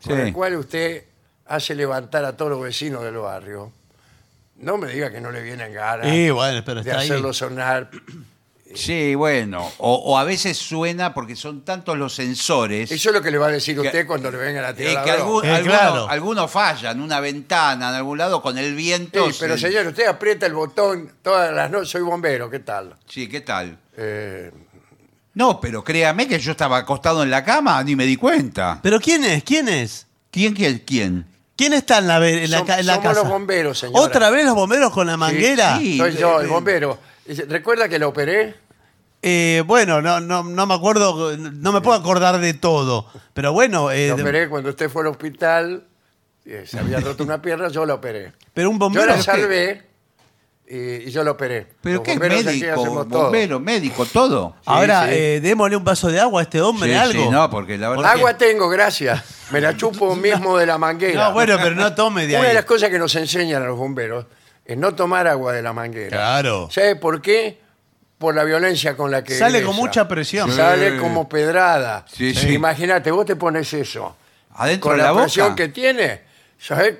D: Sí.
B: con el cual usted hace levantar a todos los vecinos del barrio. No me diga que no le vienen ganas
C: Y bueno, pero
B: de
C: está ahí.
B: hacerlo sonar.
D: Sí, bueno. O, o a veces suena porque son tantos los sensores.
B: Eso es lo que le va a decir usted cuando le vengan a
D: eh,
B: tirar
D: que
B: la broma.
D: algún-
C: Eh,
D: alguno-
C: claro.
D: algunos fallan, una ventana en algún lado con el viento.
B: Sí, pero
D: se-
B: señor, usted aprieta el botón todas las noches. Soy bombero, ¿qué tal?
D: Sí, ¿qué tal?
B: Eh,
D: No, pero créame que yo estaba acostado en la cama, ni me di cuenta.
C: ¿Pero quién es? ¿Quién es?
D: ¿Quién, quién, quién?
C: ¿Quién está en la, ve- en la,
B: som-
C: ca- en la
B: somos
C: casa?
B: los bomberos, señor.
C: ¿Otra vez los bomberos con la manguera?
D: sí.
B: Soy yo, el
D: eh,
B: bombero. Dice, ¿Recuerda que lo operé?
C: Eh, bueno, no, no, no me acuerdo, no me puedo acordar de todo. Pero bueno, eh,
B: Lo
C: de-
B: operé cuando usted fue al hospital. eh, se había roto una pierna, yo la operé.
C: pero un
B: Yo
C: bombero.
B: la salvé eh, y, y yo la operé.
D: ¿Pero
B: Los
D: qué
B: bomberos aquí
D: médico?
B: hacemos todo.
D: ¿Bombero, médico, todo?
C: Ahora,
B: sí.
C: eh, démosle un vaso de agua a este hombre,
D: Sí,
C: algo.
D: sí, no, porque la verdad...
B: Agua tengo, gracias. Me la chupo mismo de la manguera.
C: No, bueno, pero no tome de
B: Una de
C: ahí.
B: las cosas que nos enseñan a los bomberos es no tomar agua de la manguera.
C: Claro.
B: ¿Sabe por qué? Por la violencia con la que.
C: Sale
B: ingresa.
C: con mucha presión.
B: Sale como pedrada.
D: Sí, sí.
B: Imagínate, vos te pones eso.
D: Adentro
B: con
D: de
B: la,
D: la boca.
B: presión que tiene, ¿sabes?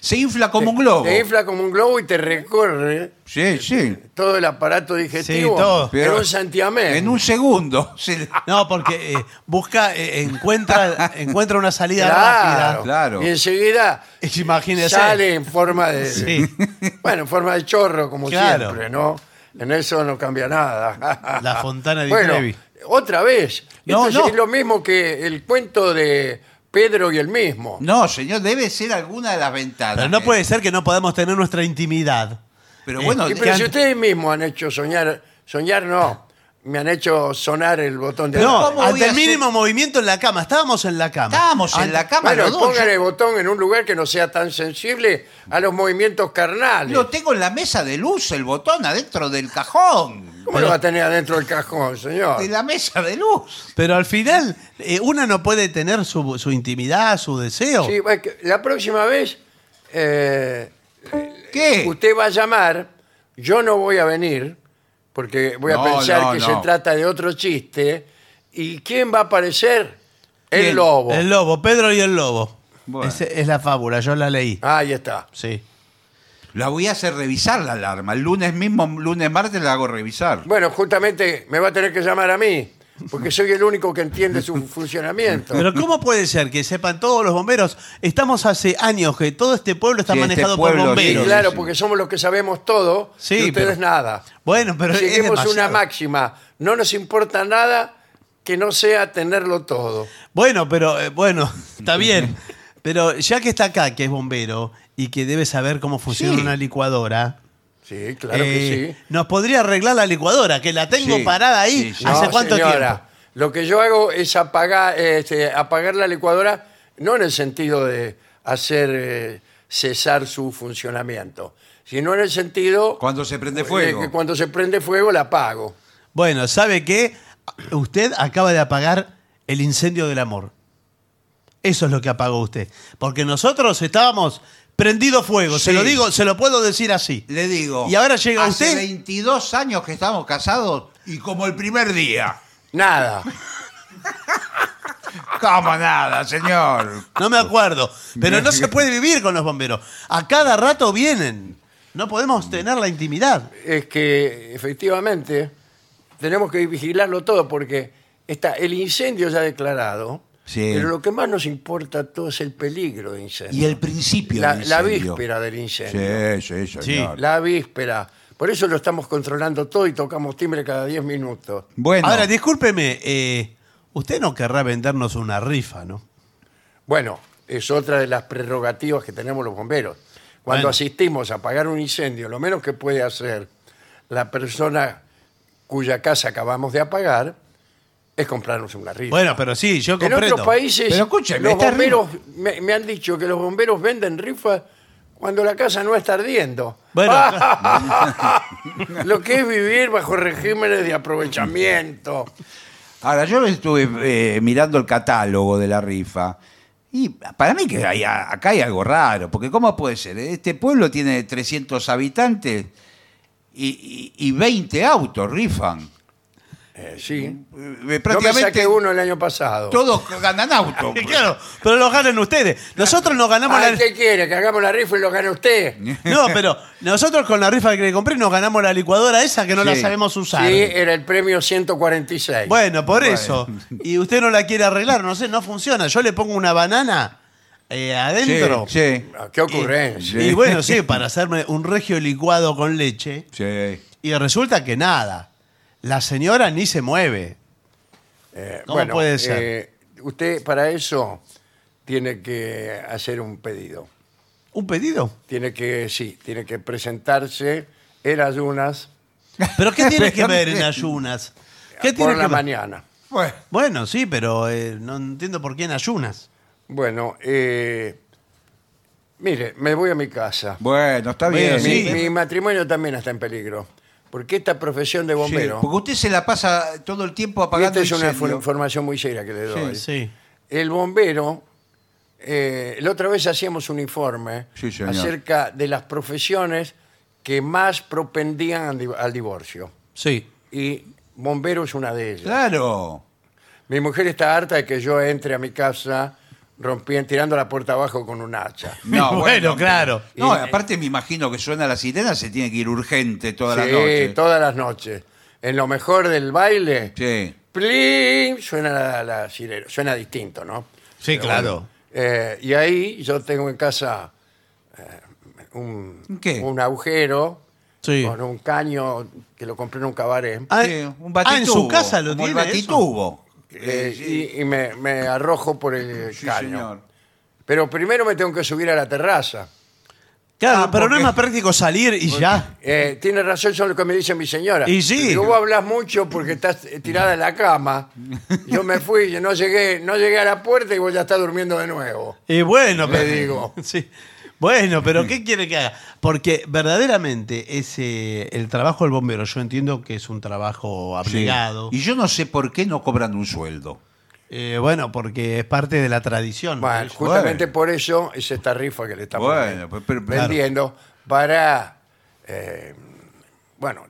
D: Se infla como un globo.
B: Te infla como un globo y te recorre
D: Sí, sí.
B: todo el aparato digestivo.
C: Sí, todo.
B: En un santiamén.
D: En un segundo. se la-
C: No, porque eh, busca, eh, encuentra, encuentra una salida
B: Claro.
C: rápida.
D: Claro.
B: Y enseguida
C: Y Imagínese.
B: sale en forma de.
C: Sí.
B: Bueno, en forma de chorro, como
C: Claro.
B: siempre, ¿no? En eso no cambia nada.
C: La Fontana di
B: bueno,
C: Trevi.
B: Otra vez.
C: No,
B: Entonces,
C: no.
B: Es lo mismo que el cuento de Pedro y el mismo.
D: No, señor, debe ser alguna de las ventanas.
C: Pero no
D: Eh,
C: puede ser que no podamos tener nuestra intimidad.
D: Pero bueno,
B: Y
D: de-
B: pero si
C: antes-
B: ustedes mismos han hecho soñar, soñar no, me han hecho sonar el botón de
D: Pero
C: No,
B: alarma.
D: ¿cómo voy
C: ante
D: a
C: el
D: hacer-
C: mínimo movimiento en la cama. Estábamos en la cama.
D: estábamos en
C: Ante-
D: la cama
B: Bueno,
D: los dos.
B: pongan el botón en un lugar que no sea tan sensible a los movimientos carnales.
D: Lo tengo en la mesa de luz, el botón adentro del cajón.
B: ¿Cómo lo va a tener adentro del cajón, señor?
D: De la mesa de luz.
C: Pero al final, eh, una no puede tener su, su intimidad, su deseo.
B: Sí, bueno, que la próxima vez eh,
D: ¿Qué?
B: usted va a llamar, yo no voy a venir, porque voy a
D: No,
B: pensar
D: no,
B: que
D: no.
B: se trata de otro chiste. ¿Y quién va a aparecer? El
D: ¿Quién?
B: lobo.
C: El lobo, Pedro y el lobo.
D: Bueno.
C: Ese- es la fábula, yo la leí.
D: Ah.
B: Ah, Ahí está.
C: Sí.
D: La voy a hacer revisar la alarma. El lunes mismo, lunes martes la hago revisar.
B: Bueno, justamente me va a tener que llamar a mí, porque soy el único que entiende su funcionamiento.
C: Pero ¿cómo puede ser que sepan todos los bomberos? Estamos hace años que todo este pueblo está
D: Sí, este
C: manejado
D: pueblo,
C: por
D: sí,
B: Sí,
C: bomberos.
B: claro, porque somos los que sabemos todo
C: Sí,
B: y ustedes
C: pero-
B: nada.
C: Bueno, pero es
B: Seguimos
C: demasiado.
B: una máxima. No nos importa nada que no sea tenerlo todo.
C: Bueno, pero eh, bueno, está bien. Pero ya que está acá, que es bombero y que debe saber cómo funciona
D: Sí.
C: una licuadora,
B: Sí, claro
C: eh,
B: que sí.
C: nos podría arreglar la licuadora, que la tengo
D: Sí,
C: parada ahí
D: sí, sí.
C: hace
B: No,
C: cuánto
B: señora,
C: tiempo.
B: Lo que yo hago es apagar, eh, este, apagar la licuadora, no en el sentido de hacer eh, cesar su funcionamiento, sino en el sentido
D: Cuando se prende
B: eh,
D: fuego.
B: que cuando se prende fuego la apago.
C: Bueno, ¿sabe qué? Usted acaba de apagar el incendio del amor. Eso es lo que apagó usted. Porque nosotros estábamos prendido fuego, se
D: Sí.
C: lo digo, se lo puedo decir así.
D: Le digo.
C: Y ahora llega usted-
D: Hace 22 años que estamos casados y como el primer día.
B: Nada.
D: Como nada, señor.
C: No me acuerdo. Pero no se puede vivir con los bomberos. A cada rato vienen. No podemos tener la intimidad.
B: es que efectivamente tenemos que vigilarlo todo porque está el incendio ya declarado,
D: Sí.
B: pero lo que más nos importa a todos es el peligro de incendio.
D: Y el principio
B: la,
D: del
B: la
D: incendio.
B: víspera del incendio.
D: Sí, sí, señor.
B: La víspera. Por eso lo estamos controlando todo y tocamos timbre cada 10 minutos.
D: Bueno,
C: Ahora, discúlpeme, eh, usted no querrá vendernos una rifa, ¿no?
B: Bueno, es otra de las prerrogativas que tenemos los bomberos. Cuando
C: Bueno.
B: asistimos a apagar un incendio, lo menos que puede hacer la persona cuya casa acabamos de apagar es comprarnos una rifa.
C: Bueno, pero sí, yo
B: En
C: comprendo.
B: otros países,
D: Pero escúcheme,
B: los
D: está
B: bomberos me, me han dicho que los bomberos venden rifas cuando la casa no está ardiendo.
C: Bueno,
B: Lo que es vivir bajo regímenes de aprovechamiento.
D: ahora yo estuve eh, mirando el catálogo de la rifa. Y para mí que hay- acá hay algo raro, porque ¿cómo puede ser? Este pueblo tiene 300 habitantes y, y- y 20 autos rifan.
B: Eh, sí.
D: Eh,
B: Yo me
D: prácticamente
B: saqué uno el año pasado.
D: todos ganan auto.
C: Eh, Claro, pero lo ganan ustedes. Nosotros nos ganamos
B: Ay,
C: la...
B: Ah, ¿Qué quiere? pues. ¿Que hagamos la rifa y lo gane usted?
C: No, pero nosotros con la rifa que le compré nos ganamos la licuadora esa que no la
D: Sí. eh.
C: sabemos usar.
B: Sí, era el premio 146.
C: Bueno, por eso. Y usted no la quiere arreglar, no sé, no funciona. Yo le pongo una banana eh,
D: Sí,
C: adentro.
D: sí,
B: Ah, Qué ocurrencia.
C: Y bueno, sí, para hacerme un regio licuado con leche.
D: sí.
C: Y resulta que nada. La señora ni se mueve.
B: Eh,
C: ¿Cómo puede ser?
B: eh, usted para eso tiene que hacer un pedido.
C: ¿Un pedido?
B: Tiene que, sí, tiene que presentarse en ayunas
C: ¿Pero qué tiene que ver en ayunas? ¿Qué
B: por
C: tiene
B: la
C: que ver?
B: mañana.
D: Bueno,
C: Bueno, sí, pero eh, no entiendo por qué en ayunas.
B: Bueno, eh, mire, me voy a mi casa.
D: bueno, está
C: Bueno,
D: bien.
B: mi,
C: sí.
B: mi matrimonio también está en peligro. Porque esta profesión de
D: Sí,
B: bombero,
D: porque usted se la pasa todo el tiempo
B: y
D: apagando
B: esta es una
D: incendio.
B: fu- información muy seria que le doy.
C: Sí.
B: el bombero, eh, la otra vez hacíamos un informe
D: Sí, señor.
B: acerca de las profesiones que más propendían al, di- al divorcio.
C: Sí.
B: Y bombero es una de ellas.
D: Claro.
B: Mi mujer está harta de que yo entre a mi casa rompiendo, tirando la puerta abajo con un hacha.
D: No,
C: Bueno, eh, claro.
D: No,
B: Y-
D: aparte me imagino que suena la sirena, se tiene que ir urgente toda la
B: Sí,
D: noche.
B: todas las noches. En lo mejor del baile,
D: Sí.
B: ¡plin! suena la, la sirena. Suena distinto, ¿no?
C: Sí, claro.
B: Eh, y ahí yo tengo en casa eh, un,
D: ¿Qué?
B: un agujero
C: Sí.
B: con un caño que lo compré en un cabaret.
C: Ah,
D: Sí, un
C: ah, en su
D: batitubo,
C: casa lo
D: como
C: tiene.
D: el
C: eso?
D: batitubo.
B: eh, Y, y me, me arrojo por el
D: Sí,
B: caño.
D: señor.
B: Pero primero me tengo que subir a la terraza.
C: Claro,
D: Ah,
C: pero no
D: porque-
C: es más práctico salir y ya.
B: Eh, tiene razón, son lo que me dice mi señora.
C: Y sí.
B: Digo, vos hablas mucho porque estás eh, tirada en la cama. Yo me fui, yo no llegué, no llegué a la puerta y vos ya estás durmiendo de nuevo.
C: Y bueno,
B: Le
C: pero,
B: digo.
C: Sí. Bueno, pero ¿qué quiere que haga? Porque verdaderamente ese, el trabajo del bombero, yo entiendo que es un trabajo
D: Sí.
C: abnegado.
D: Y yo no sé por qué no cobran un sueldo.
C: Eh, bueno, porque es parte de la tradición.
B: Bueno,
C: Sí.
B: justamente por eso es esta rifa que le estamos
D: Bueno, pero- pero-
B: vendiendo para, eh, bueno,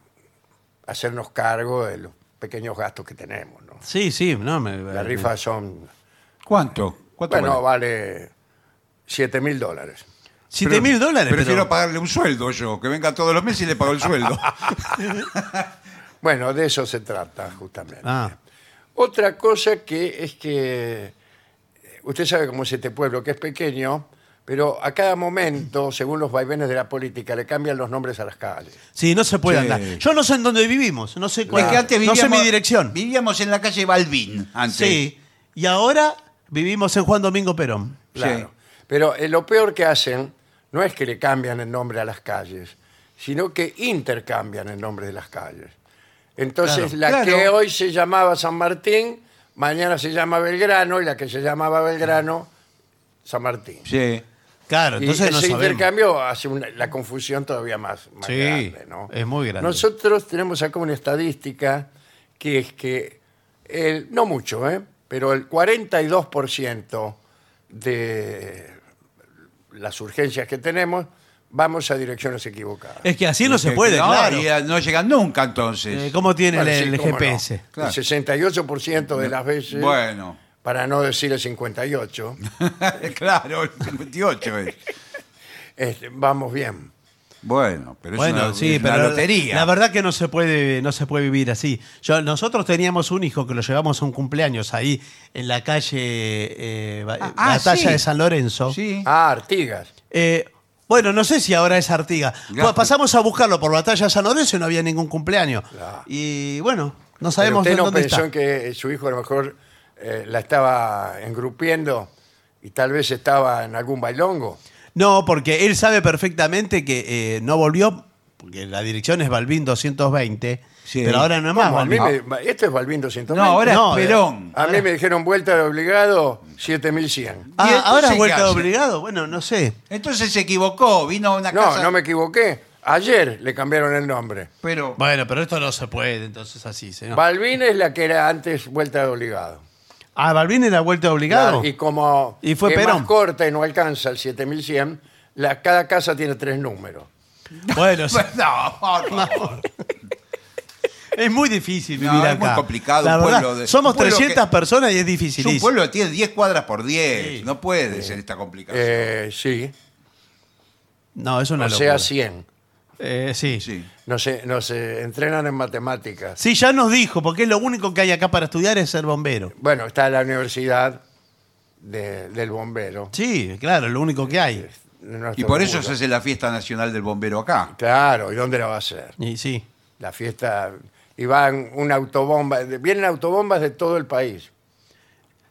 B: hacernos cargo de los pequeños gastos que tenemos. ¿no?
C: Sí, sí, no me. eh,
B: Las rifas son,
D: ¿Cuánto? ¿Cuánto
B: bueno,
D: vale?
B: vale 7 mil dólares.
C: Siete mil dólares.
D: Prefiero
C: pero-
D: pagarle un sueldo yo, que venga todos los meses y le pago el sueldo.
B: Bueno, de eso se trata justamente.
C: Ah,
B: Otra cosa que es que eh, usted sabe cómo es este pueblo, que es pequeño, pero a cada momento, según los vaivenes de la política, le cambian los nombres a las calles.
C: sí, no se puede
D: Sí.
C: andar. Yo no sé en dónde vivimos, no sé cuál.
D: Es que antes
C: no sé
D: vivíamos-
C: mi dirección.
D: Vivíamos en la calle Balvin antes.
C: Sí. Y ahora vivimos en Juan Domingo Perón.
B: Claro.
D: Sí.
B: Pero eh, lo peor que hacen no es que le cambian el nombre a las calles, sino que intercambian el nombre de las calles. Entonces,
C: Claro,
B: la
D: claro.
B: que hoy se llamaba San Martín, mañana se llama Belgrano, y la que se llamaba Belgrano, San Martín.
D: Sí.
C: Claro,
B: Y
C: entonces no
B: ese
C: sabemos.
B: intercambio hace una- la confusión todavía más, más
C: Sí,
B: grande, ¿no?
C: es muy grande.
B: Nosotros tenemos acá una estadística que es que, el, no mucho, ¿eh? pero el 42% de las urgencias que tenemos vamos a direcciones equivocadas.
C: Es que así no se
D: Eh, Que-
C: puede,
D: no,
C: claro.
D: y, ah, no llegan nunca entonces.
C: Eh, ¿Cómo tiene
B: Bueno,
C: el,
B: sí,
C: el
B: cómo no.
C: GPS?
D: Claro.
B: El 68% de las veces,
D: Bueno.
B: para no decir el 58%,
D: claro, el 58 es.
B: este, vamos bien.
D: Bueno, pero es
C: Bueno,
D: una,
C: sí,
D: es una
C: pero la-
D: lotería.
C: La verdad que no se puede, no se puede vivir así. Yo, nosotros teníamos un hijo que lo llevamos a un cumpleaños ahí en la calle eh, Ba-
D: Ah, ah,
C: Batalla
D: sí.
C: de San Lorenzo.
D: Sí.
B: Ah, Artigas.
C: Eh, bueno, no sé si ahora es Artiga.
D: Ya.
C: Pues pasamos a buscarlo por Batalla de San Lorenzo y no había ningún cumpleaños.
B: Claro.
C: Y bueno, no
B: Pero
C: sabemos
B: usted
C: en
B: no
C: dónde
B: pensó
C: está.
B: en que su hijo a lo mejor eh, la estaba engrupiendo y tal vez estaba en algún bailongo.
C: No, porque él sabe perfectamente que eh, no volvió, porque la dirección es Balbín 220,
D: Sí.
C: pero ahora no es más
B: ¿Cómo? A mí
C: Balbín.
B: me- esto es Balbín 220.
D: No, ahora
C: No,
D: es Perón.
B: A mí me dijeron vuelta de obligado 7100.
D: ¿Y
C: Ah,
D: entonces
C: ahora es
D: qué
C: vuelta de
D: hace?
C: obligado. Bueno, no sé.
D: Entonces se equivocó, vino a una
B: No,
D: casa.
B: no me equivoqué. Ayer le cambiaron el nombre.
D: Pero
C: Bueno, pero esto no se puede, entonces así, señor.
B: Balbín es la que era antes vuelta de obligado.
C: ah, Balbín era vuelta de obligado.
B: Y como
C: Y fue
B: es
C: Perón.
B: más corta y no alcanza el 7100, la, cada casa tiene tres números.
C: Bueno, sí.
D: No, por favor.
C: Es muy difícil
D: No,
C: vivir
D: es
C: acá.
D: muy complicado,
C: La
D: un
C: verdad,
D: pueblo de-
C: somos
D: un pueblo
C: 300
D: que-
C: personas y es
D: Es
C: difícil.
D: un pueblo que tiene 10 cuadras por 10.
C: Sí.
D: No puede ser esta complicación.
B: Eh, sí,
C: No, es una
B: o sea,
C: locura.
B: 100.
C: Eh, sí. sí.
D: sí.
B: No se, no se entrenan en matemáticas.
C: ya nos dijo, porque es lo único que hay acá para estudiar es ser bombero.
B: Bueno, está la universidad de- del bombero.
C: Sí, claro, lo único que hay.
B: de nuestro
D: Y por eso se
B: pueblo.
D: hace la fiesta nacional del bombero acá.
B: Claro, ¿y dónde la va a hacer?
C: Y sí.
B: La fiesta... Y van una autobomba, vienen autobombas de todo el país.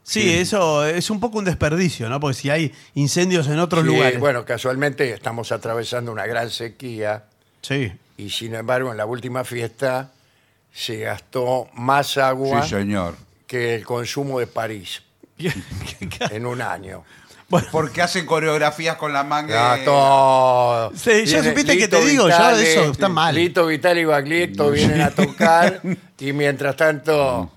C: Sí, eso es un poco un desperdicio, ¿no? Porque si hay incendios en otros
B: Sí,
C: lugares.
B: Bueno, casualmente estamos atravesando una gran sequía
C: Sí.
B: y sin embargo en la última fiesta se gastó más agua
D: Sí, señor.
B: que el consumo de París en un año.
C: Bueno,
D: Porque hacen coreografías con la manga.
B: Ah, Gastó.
C: Sí, ya
B: Viene
C: supiste que
B: Lito
C: te digo, ya
B: Vitale,
C: eso está mal.
B: Lito Vital y Baglietto vienen a tocar y mientras tanto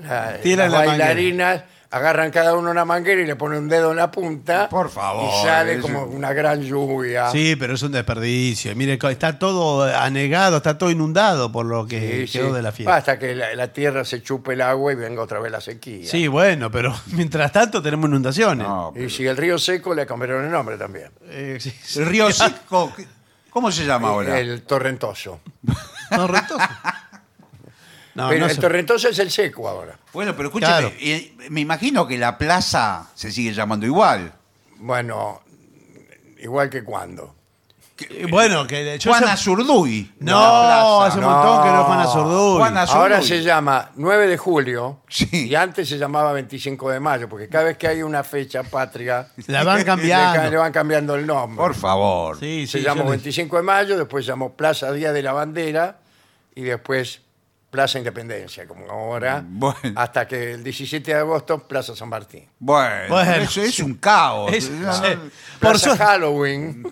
D: Mm.
B: la-
C: Tiran
B: las
C: la manguera.
B: bailarinas agarran cada uno una manguera y le ponen un dedo en la punta.
D: Por favor, eh,
B: Y sale
D: es-
B: como una gran lluvia.
C: sí, pero es un desperdicio. Y Mire, co- está todo anegado, está todo inundado por lo
B: Sí,
C: que
B: sí.
C: quedó de la fiesta.
B: Hasta que la, la tierra se chupe el agua y venga otra vez la sequía.
C: Sí, bueno, pero mientras tanto tenemos inundaciones.
D: No,
B: Y si el río seco le cambiaron el nombre también.
C: Eh, sí, sí.
D: El río Seco. ¿Cómo se llama ahora?
B: El torrentoso.
C: Torrentoso. No,
B: Pero
C: no
B: el
C: se-
B: torrentoso es el seco ahora.
D: Bueno, pero escúchame,
C: Claro.
D: eh, me imagino que la plaza se sigue llamando igual.
B: Bueno, igual que cuando.
C: Eh, bueno, que yo
D: Juana
C: sé-
D: Zurduy.
C: No, hace un
B: no.
C: montón que no es Juana Zurduy.
D: Juana- Azul
B: Ahora
D: hoy.
B: se llama 9 de julio
D: Sí.
B: y antes se llamaba 25 de mayo, porque cada vez que hay una fecha patria,
C: La van
B: le ca- le
C: cambiando.
B: van cambiando el nombre.
D: Por favor.
C: Sí,
B: se
C: sí,
B: llamó
C: yo le-
B: 25 de mayo, después se llamó Plaza Día de la Bandera y después Plaza Independencia, como ahora,
D: Bueno.
B: hasta que el 17 de agosto Plaza San Martín.
D: Bueno,
C: Bueno,
D: pero eso es
C: sí.
D: un caos.
C: Es-
D: No, no,
C: sí. Por,
B: Plaza
C: suerte
B: Halloween.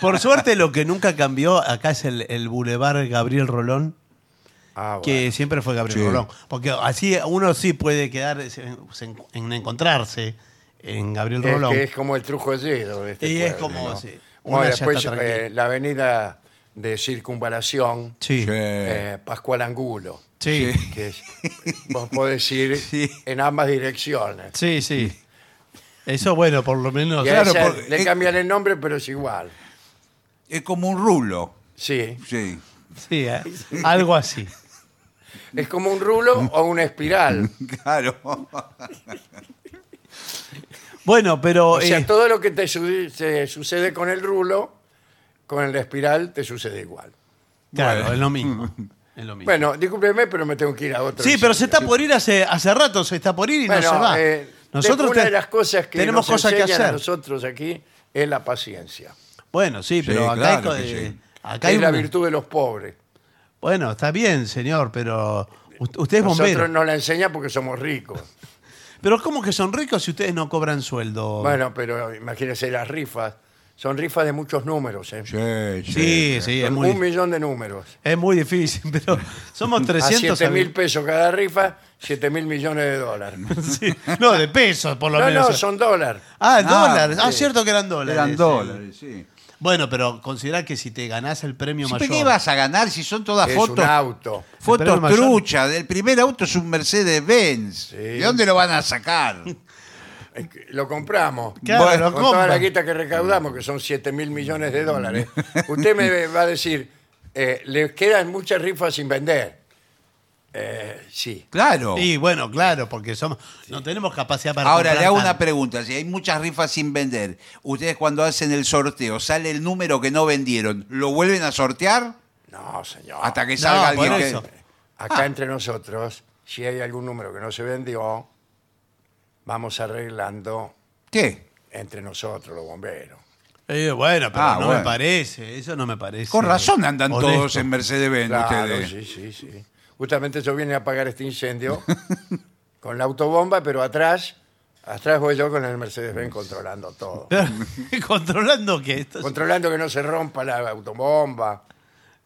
C: Por suerte, lo que nunca cambió acá es el, el Boulevard Gabriel Rolón,
B: Ah, bueno.
C: que siempre fue Gabriel
D: Sí.
C: Rolón. Porque así uno sí puede quedar se- se- en encontrarse en Gabriel
B: Es
C: Rolón.
B: que es como el trujo lleno de este
C: Y es
B: pueblo,
C: como,
B: ¿no?
C: sí,
B: Bueno,
C: una ya está
B: después
C: tranquila.
B: eh, la avenida de circunvalación,
C: Sí.
D: Sí.
B: eh, Pascual Angulo,
C: Sí.
D: Sí.
B: que es, vos podés ir
D: Sí.
B: en ambas direcciones.
C: Sí, sí. Eso, bueno, por lo menos.
B: Y a
D: Claro,
B: esa
D: porque-
B: le cambian el nombre, pero es igual.
D: Es como un rulo.
B: Sí.
D: Sí.
C: Sí, eh, algo así.
B: Es como un rulo o una espiral.
D: Claro.
C: Bueno, pero.
B: O sea,
C: eh,
B: todo lo que te su- se sucede con el rulo, con la espiral, te sucede igual.
C: claro,
D: Bueno.
C: es lo mismo. Es lo mismo.
B: Bueno, discúlpeme, pero me tengo que ir a otro.
C: sí, pero se
B: sitio.
C: está por ir hace, hace rato, se está por ir y no
B: Bueno,
C: se va.
B: eh,
C: nosotros
B: una
C: te-
B: de las cosas que nos
C: tenemos cosas que
B: enseñan a
C: hacer.
B: nosotros aquí es la paciencia.
C: Bueno, sí, pero acá, hay,
D: claro
C: co-
D: que
C: eh,
D: sí.
C: acá hay
B: Es la
C: una-
B: virtud de los pobres.
C: Bueno, está bien, señor, pero u- usted es bombero.
B: Nosotros nos la enseñan porque somos ricos.
C: Pero ¿cómo que son ricos si ustedes no cobran sueldo?
B: Bueno, pero imagínense las rifas. Son rifas de muchos números. ¿eh?
D: Sí, sí.
C: sí, sí, es
B: Son
C: muy,
B: Un millón de números.
C: es muy difícil, pero somos
B: A
C: 300
B: 7 mil
C: habi-
B: pesos cada rifa, 7 mil millones de dólares.
C: Sí, No, de pesos, por lo
B: No,
C: menos.
B: no, son dólares.
C: Ah,
D: Ah,
C: dólares. Ah,
D: sí.
C: cierto que eran dólares.
D: Eran
C: sí.
D: dólares, sí.
C: Bueno, pero considerá que si te ganás el premio
D: Siempre, ¿Qué
C: mayor.
D: vas a ganar si son todas
B: Es un
D: fotos?
B: auto.
C: Pero el
D: Fotos
C: mayor-
D: trucha. Del primer auto es un Mercedes-Benz. ¿De dónde lo van a sacar?
B: Es que Lo compramos.
C: Claro,
D: Bueno,
C: lo
B: Con toda la
C: compran.
B: guita que recaudamos, que son 7 mil millones de dólares. Usted me va a decir, eh, les quedan muchas rifas sin vender. Eh, sí.
D: Claro.
C: Y bueno, claro, porque somos no tenemos capacidad para
D: Ahora
C: comprar
D: le hago
C: tanto.
D: una pregunta. Si hay muchas rifas sin vender, ustedes cuando hacen el sorteo sale el número que no vendieron, ¿lo vuelven a sortear?
B: No, señor.
D: Hasta que
C: No,
D: salga
C: por
D: alguien. que-
C: eso.
B: Acá entre nosotros, si hay algún número que no se vendió, vamos arreglando
D: ¿Qué?
B: entre nosotros, los bomberos.
C: Eh, bueno, pero
D: Ah,
C: no me
D: bueno.
C: parece, eso no me parece.
D: Con razón andan
C: honesto.
D: todos en Mercedes-Benz
B: Claro,
D: ustedes.
B: sí, sí, sí. Justamente yo vine a apagar este incendio con la autobomba, pero atrás, atrás voy yo con el Mercedes-Benz controlando todo.
C: Controlando que esto.
B: Controlando que no se rompa la autobomba,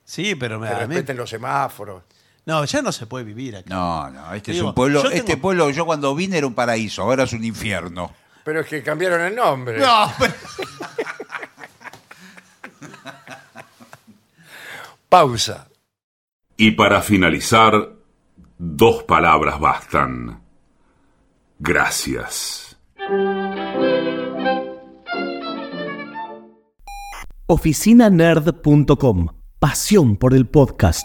C: Sí, pero me
B: que
C: a mí-
B: respeten los semáforos.
C: No, ya no se puede vivir acá.
D: No, no, este
C: Digo,
D: es un pueblo,
C: yo
D: este
C: tengo-
D: pueblo yo cuando vine era un paraíso, ahora es un infierno.
B: Pero es que cambiaron el nombre.
C: No, pero-
B: pausa.
E: Y para finalizar, dos palabras bastan. Gracias.
F: oficinanerd.com. Pasión por el podcast.